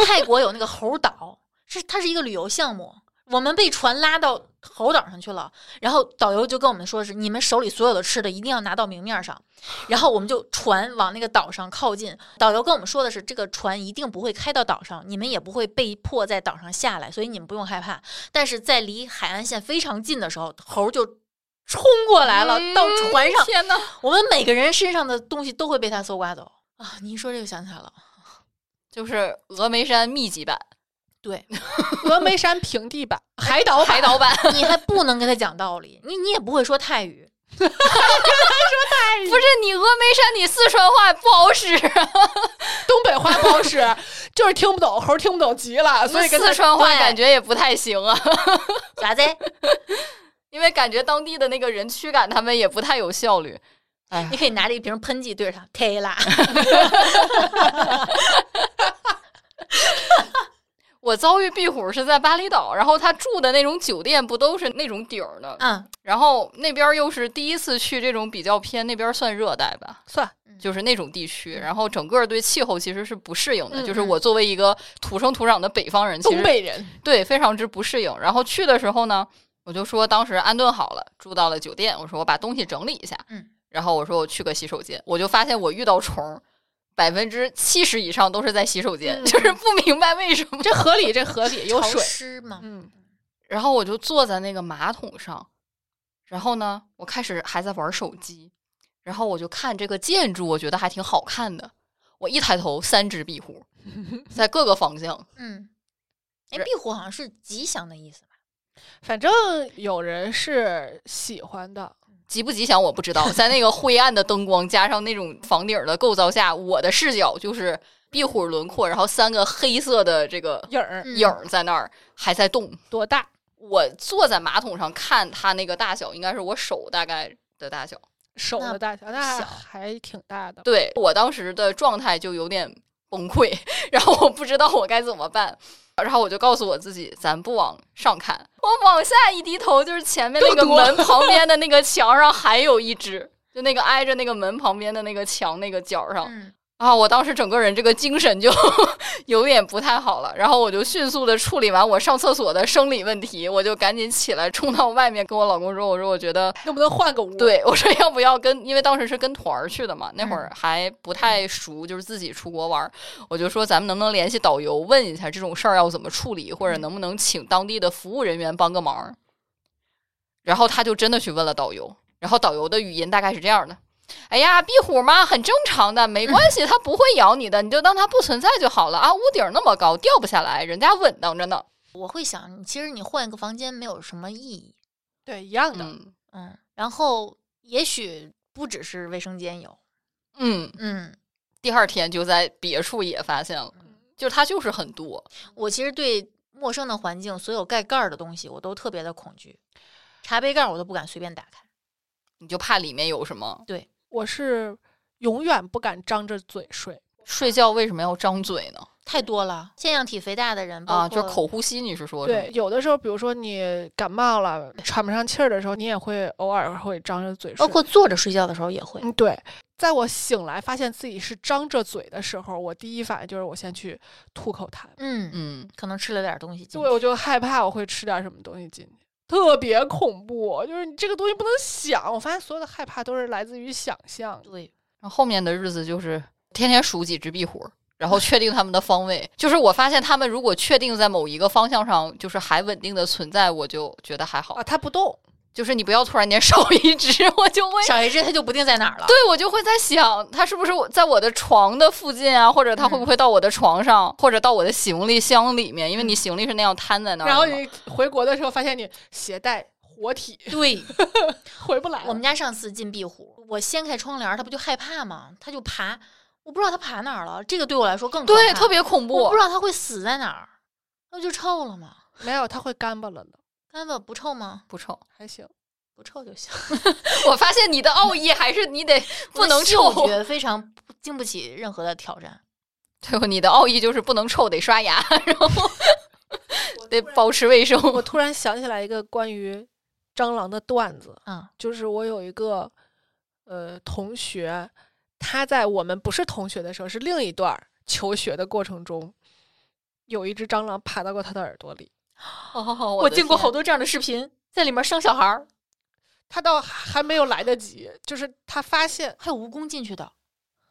泰国有那个猴岛，是它是一个旅游项目，我们被船拉到猴岛上去了，然后导游就跟我们说是你们手里所有的吃的一定要拿到明面上，然后我们就船往那个岛上靠近，导游跟我们说的是这个船一定不会开到岛上，你们也不会被迫在岛上下来，所以你们不用害怕，但是在离海岸线非常近的时候，猴就冲过来了，到船上。
哎嗯天哪！
我们每个人身上的东西都会被它搜刮走啊！你一说这个想起来了，
就是峨眉山密集版、
对
峨眉山平地版、海岛
海
版，
岛 版，
你还不能跟他讲道理，你你也不会说泰语，
不是你峨眉山，你四川话不好使啊。
东北话不好使，就是听不懂，猴听不懂极了，所以跟它
四川话
对
感觉也不太行啊，
咋的？
因为感觉当地的那个人驱赶他们也不太有效率。哎呀
你，可以拿着一瓶喷剂对着他，k 啦，
我我遭遇壁虎是在巴厘岛，然后他住的那种酒店不都是那种顶儿的，
嗯，
然后那边儿又是第一次去这种比较偏，那边儿算热带吧，
算
嗯
就是那种地区，然后整个对气候其实是不适应的。
嗯
就是
嗯
我作为一个土生土长的北方人，其
东
实
北人，
对非常之不适应。然后去的时候呢，我就说当时安顿好了，住到了酒店，我说我把东西整理一下，
嗯，
然后我说我去个洗手间，我就发现我遇到虫。百分之七十以上都是在洗手间，
嗯
就是不明白为什么。
这合理，这合 理，有
潮
水，
湿嘛，
嗯，
然后我就坐在那个马桶上，然后呢，我开始还在玩手机，然后我就看这个建筑，我觉得还挺好看的。我一抬头，三只壁 虎在各个方向，
嗯，哎，
是
壁虎好像是吉祥的意思吧？
反正有人是喜欢的，
吉不吉祥我不知道，在那个灰暗的灯光加上那种房顶儿的构造下，我的视角就是壁虎轮廓，然后三个黑色的这个
影儿
嗯
影儿在那儿还在动。
多大？
我坐在马桶上看它那个大小，应该是我手大概的大小。
手
那
的大小，那
小
还挺大的。
对我当时的状态就有点崩溃， 然后我不知道我该怎么办，然后我就告诉我自己，咱不往上看，我往下一低头，就是前面那个
更多
门旁边的那 个墙上还有一只，就那个挨着那个门旁边的那个墙那个角上
嗯，
啊，我当时整个人这个精神就 有点不太好了，然后我就迅速的处理完我上厕所的生理问题，我就赶紧起来冲到外面跟我老公说，我说我觉得
能不能换个屋？，
对，我说要不要跟，因为当时是跟团儿去的嘛，那会儿还不太熟，就是自己出国玩儿，我就说咱们能不能联系导游问一下这种事儿要怎么处理，或者能不能请当地的服务人员帮个忙儿。然后他就真的去问了导游，然后导游的语音大概是这样的。哎呀，壁虎嘛，很正常的，没关系，它不会咬你的，你就当它不存在就好了啊。屋顶儿那么高，掉不下来，人家稳当着呢。
我会想，其实你换一个房间没有什么意义，
对，一样的。
嗯
嗯，然后也许不只是卫生间有，
嗯，
嗯，
第二天就在别处也发现了，就是它就是很多，
我其实对陌生的环境，所有盖盖儿的东西，我都特别的恐惧，茶杯盖儿我都不敢随便打开，
你就怕里面有什么？
我是永远不敢张着嘴睡，
睡觉为什么要张嘴呢？
太多了。腺样体肥大的人
啊，
包
就是
括
口呼吸，你是说
对，有的时候，比如说你感冒了，喘不上气儿的时候，你也会偶尔会张着嘴睡。
包括坐着睡觉的时候也会，
嗯，对，在我醒来发现自己是张着嘴的时候，我第一反应就是我先去吐口痰，
嗯，
嗯，
可能吃了点儿东西进
对，
去，
我就害怕我会吃点什么东西进去，特别恐怖。就是你这个东西不能想，我发现所有的害怕都是来自于想象。
对，
然后后面的日子就是天天数几只壁虎，然后确定它们的方位。就是我发现它们如果确定在某一个方向上，就是还稳定的存在，我就觉得还好
啊，。它不动，
就是你不要突然间 少一只，我就会。
少一只它就不定在哪儿了。
对，我就会在想，它是不是我在我的床的附近啊，或者它会
嗯
不会到我的床上，或者到我的行李箱里面？因为
嗯
你行李是那样摊在那儿的
然
嘛，
后你回国的时候发现你携带活体
对，
回不来了。
我们家上次进壁虎，我掀开窗帘儿，它不就害怕吗？它就爬，我不知道它爬哪儿了。这个对我来说更可
对，
怕
特别恐怖。
我不知道它会死在哪儿，那不就臭了吗？
没有，它会干巴了呢，
干巴不臭吗？
不臭，
还行。
不臭就行。
我发现你的奥义还是你得不能
嗅
臭。
觉非常不经不起任何的挑战。
对，你的奥义就是不能臭，得刷牙，然后得保持卫生。
我突然想起来一个关于蟑螂的段子，
嗯
就是我有一个呃同学，他在我们不是同学的时候，是另一段儿求学的过程中，有一只蟑螂爬到过他的耳朵里。
哦
我见过好，多这样的视频，在里面生小孩儿，
他倒还没有来得及，就是他发现
还有蜈蚣进去的，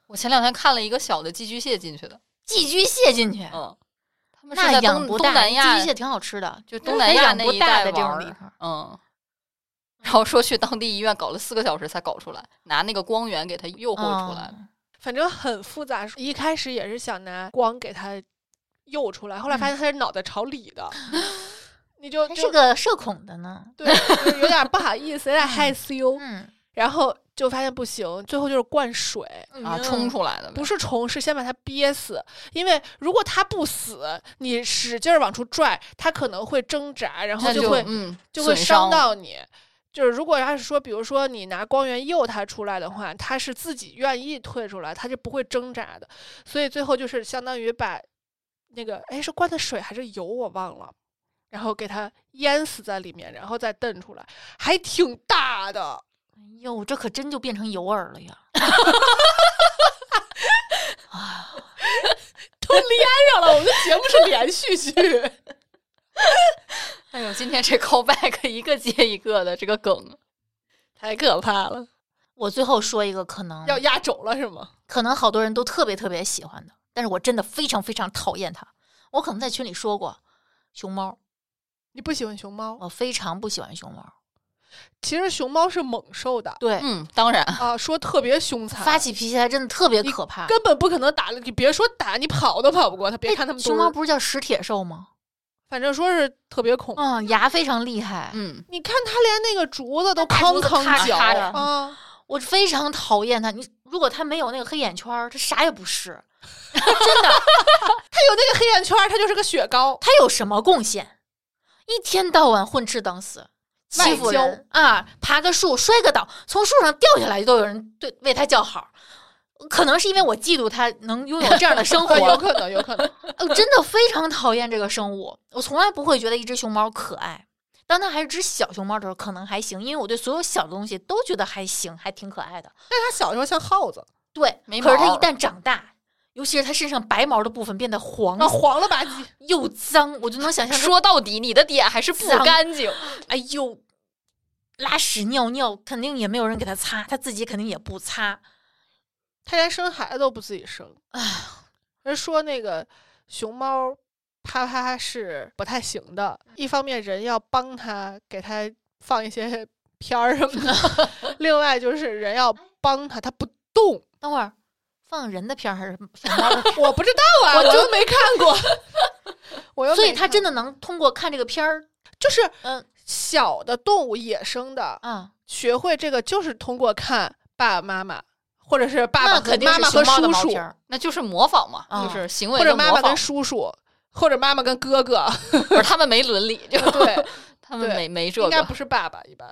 我前两天看了一个小的寄居蟹进去的，
寄居蟹进去，
嗯，他们是
那
在
养
东
不
东
大。
南
寄
亚
居蟹挺好吃的，
就
但是
东南
它
亚
养
那
不
一
大
带
的这
玩
种
儿
地方。
嗯。然后说去当地医院搞了四个小时才搞出来，拿那个光源给它诱惑出来。
嗯
反正很复杂，一开始也是想拿光给他诱出来，后来发现他是脑袋朝里 的，你就
嗯还
就是
个社恐的呢。
对，就有点不好意思，有 点害羞，
嗯
然后就发现不行，最后就是灌水。
哎
啊，冲出来的呗
不是虫，是先把它憋死。因为如果它不死，你使劲儿往出拽，它可能会挣扎，然后
那
就会
嗯
就会
损伤
伤到你。就是如果要是说，比如说你拿光源诱它出来的话，它是自己愿意退出来，它是不会挣扎的。所以最后就是相当于把那个哎是灌的水还是油我忘了，然后给它淹死在里面，然后再蹬出来，还挺大的。
哎呦，这可真就变成油饵了呀！啊，
都连上了，我们的节目是连续 剧。
哎呦，今天这 callback 一个接一个的，这个梗
太可怕了，
我最后说一个可能
要压轴了是吗？
可能好多人都特别特别喜欢的，但是我真的非常非常讨厌它。我可能在群里说过，熊猫，
你不喜欢熊猫？
我非常不喜欢熊猫。
其实熊猫是猛兽的
对，
嗯，当然，
啊，说特别凶残，
发起脾气来真的特别可怕。
根本不可能打了。你别说打，你跑都跑不过它。别看它们
哎熊猫
多，
不是叫食铁兽吗？
反正说是特别恐怖。
嗯，牙非常厉害。
嗯，
你看它连那个竹子都
大竹
吭
子咔
吭
嚓
嚼
的
啊，
我非常讨厌它。你如果它没有那个黑眼圈儿，它啥也不是。真的，
它有那个黑眼圈，它就是个雪糕。
它有什么贡献？一天到晚混吃等死，欺负人啊！爬个树摔个倒，从树上掉下来都有人对为它叫好。可能是因为我嫉妒它能拥有这样的生 活，
啊有可能，有可能。
我真的非常讨厌这个生物。我从来不会觉得一只熊猫可爱。当它还是只小熊猫的时候，可能还行，因为我对所有小的东西都觉得还行，还挺可爱的。
但是它小时候像耗子，
对，
没
可是它
毛
一旦长大，尤其是它身上白毛的部分变得黄
啊，黄了吧唧。
又脏，我就能想 象它
说到底，你的点还是不
脏
干净，
哎呦，拉屎尿尿肯定也没有人给他擦，他自己肯定也不擦。
它连生孩子都不自己生。人说那个熊猫，啪啪是不太行的。
嗯
一方面，人要帮它，给它放一些 片儿什么 的；另外就是人
哎
要帮它，它不动。
等会儿放人的片儿还是熊猫的片
我不知道啊，
我
我
就
又没看过， 我又
儿？所以
没
他真
看
的能通过看这个片儿，
就是
嗯
小的动物野生的，
啊，
学会这个就是通过看爸爸妈妈，或者是爸爸
那
和
肯定
妈
是
妈和
熊猫的
叔
毛
叔
片，儿。
那就是模仿嘛，
啊
就是行为
或者
的
妈
模
妈
仿
跟，叔叔，或者妈妈跟哥哥，
不是他们没伦理，就
对，
他们
对
没没这
应该
个
不，是爸爸一 般。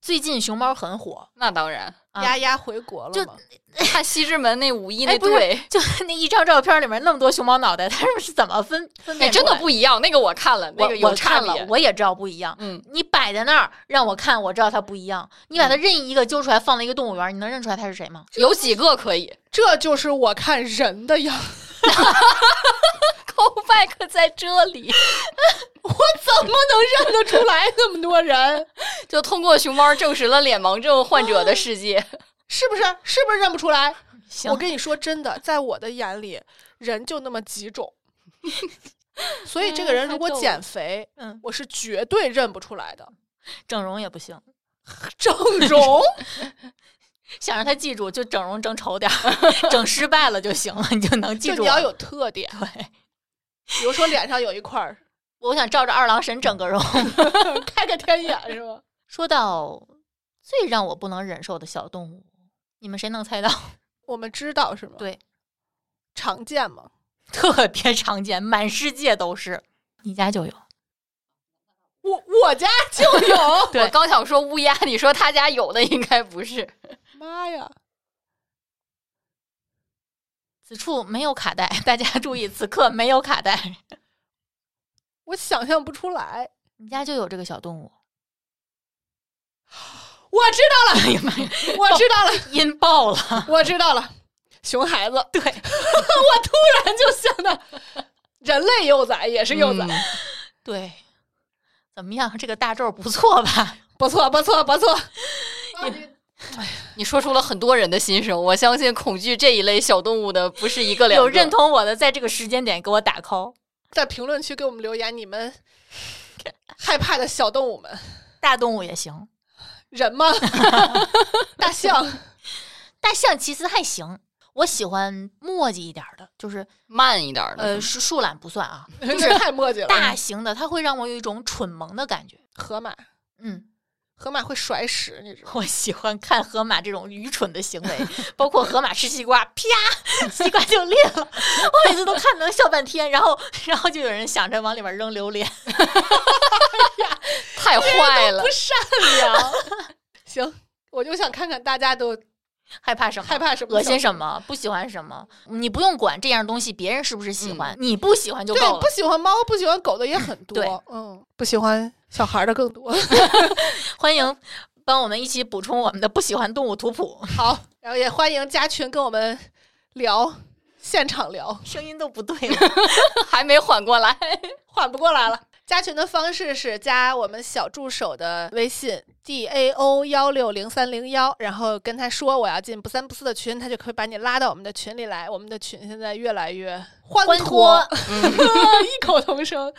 最近熊猫很火，
那当然，
啊
丫丫回国
就
了吗？
看西直门那五一那
哎不是
队，
就 那一张照片里面那么多熊猫脑袋，他们是怎么分分
哎，
辨出
真
来？
的不一样，那个我看了，那个
我
有
我
差
看了
别，，
我也知道不一样。
嗯，
你摆在那儿让我看，我知道它不一样。你把它任意一个揪出来放在一个动物园儿，你能认出来它是谁吗？
有几个可以
这就是我看人的样子，
callback 在这里，
我怎么能认得出来那么多人？
就通过熊猫证实了脸盲症患者的世界。
是不是？是不是认不出来？
行
我，跟你说真的，在我的眼里，人就那么几种。所以这个人如果
太逗了
减肥，
嗯，
我是绝对认不出来的。
整容也不行。
整容
想让他记住，就整容整丑点儿， 整失败了就行了，你就能记
就
住
你
我。
要有特点，
对，
比如说脸上有一块儿
我想照着二郎神整个 容。
开个天眼 是吗？
说到最让我不能忍受的小动物，你们谁能猜到？
我们知道是吗？
对，
常见嘛。
特别常见，满世界都是。你家就有，
我我家就有，
对
我刚想说乌鸦，你说他家有的应该不是，
妈呀！
此处没有卡带，大家注意，此刻没有卡带。
我想象不出来。
你家就有这个小动物，
我知道
哎
了， 我知道了，
阴爆了。
我知道了，熊孩子。
对，
我突然就想到，人类幼崽也是幼崽，
嗯
对，怎么样？这个大咒不错吧？
不错，不错，不错。
嗯
你说出了很多人的心声。我相信恐惧这一类小动物的不是一个两个。
有认同我的，在这个时间点给我打 call。
在评论区给我们留言，你们害怕的小动物们，
大动物也行，
人 吗？大象，
大象其实还行，我喜欢墨迹一点儿的，就是
慢一点的，
呃树树懒不算啊，
就是太墨迹了。
大型的它会让我有一种蠢萌的感觉。
河马，
嗯，
河马会甩屎，你知道吗？
我喜欢看河马这种愚蠢的行为，包括河马吃西瓜，啪，西瓜就裂了， 我每次都看能笑半天，然后然后就有人想着往里边扔榴莲，
太坏了。
善良。行，我就想看看大家都
害怕什么，
害怕什么，
恶心什么，不喜欢什么，你不用管这样东西别人是不是喜欢，你嗯不喜欢就
对
够，
不
了。
喜欢猫、不喜欢狗的也很
对
多，嗯，不喜欢小孩的更多。
欢迎帮我们一起补充我们的不喜欢动物图谱，
好，然后也欢迎加群跟我们聊，现场聊，
声音都不对了。
还没缓过来。
缓不过来了。加群的方式是加我们小助手的微信 d a o 幺六零三零幺，然后跟他说我要进不三不四的群，他就可以把你拉到我们的群里来。我们的群现在越来越欢
欢脱，嗯
异口同声。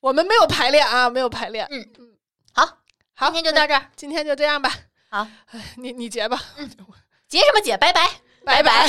我们没有排练啊，没有排练。
嗯
嗯，
好，
好，
今天就到这儿，
今天就这样吧。
好，
哎你你结吧，
结什么结？拜拜。
拜拜。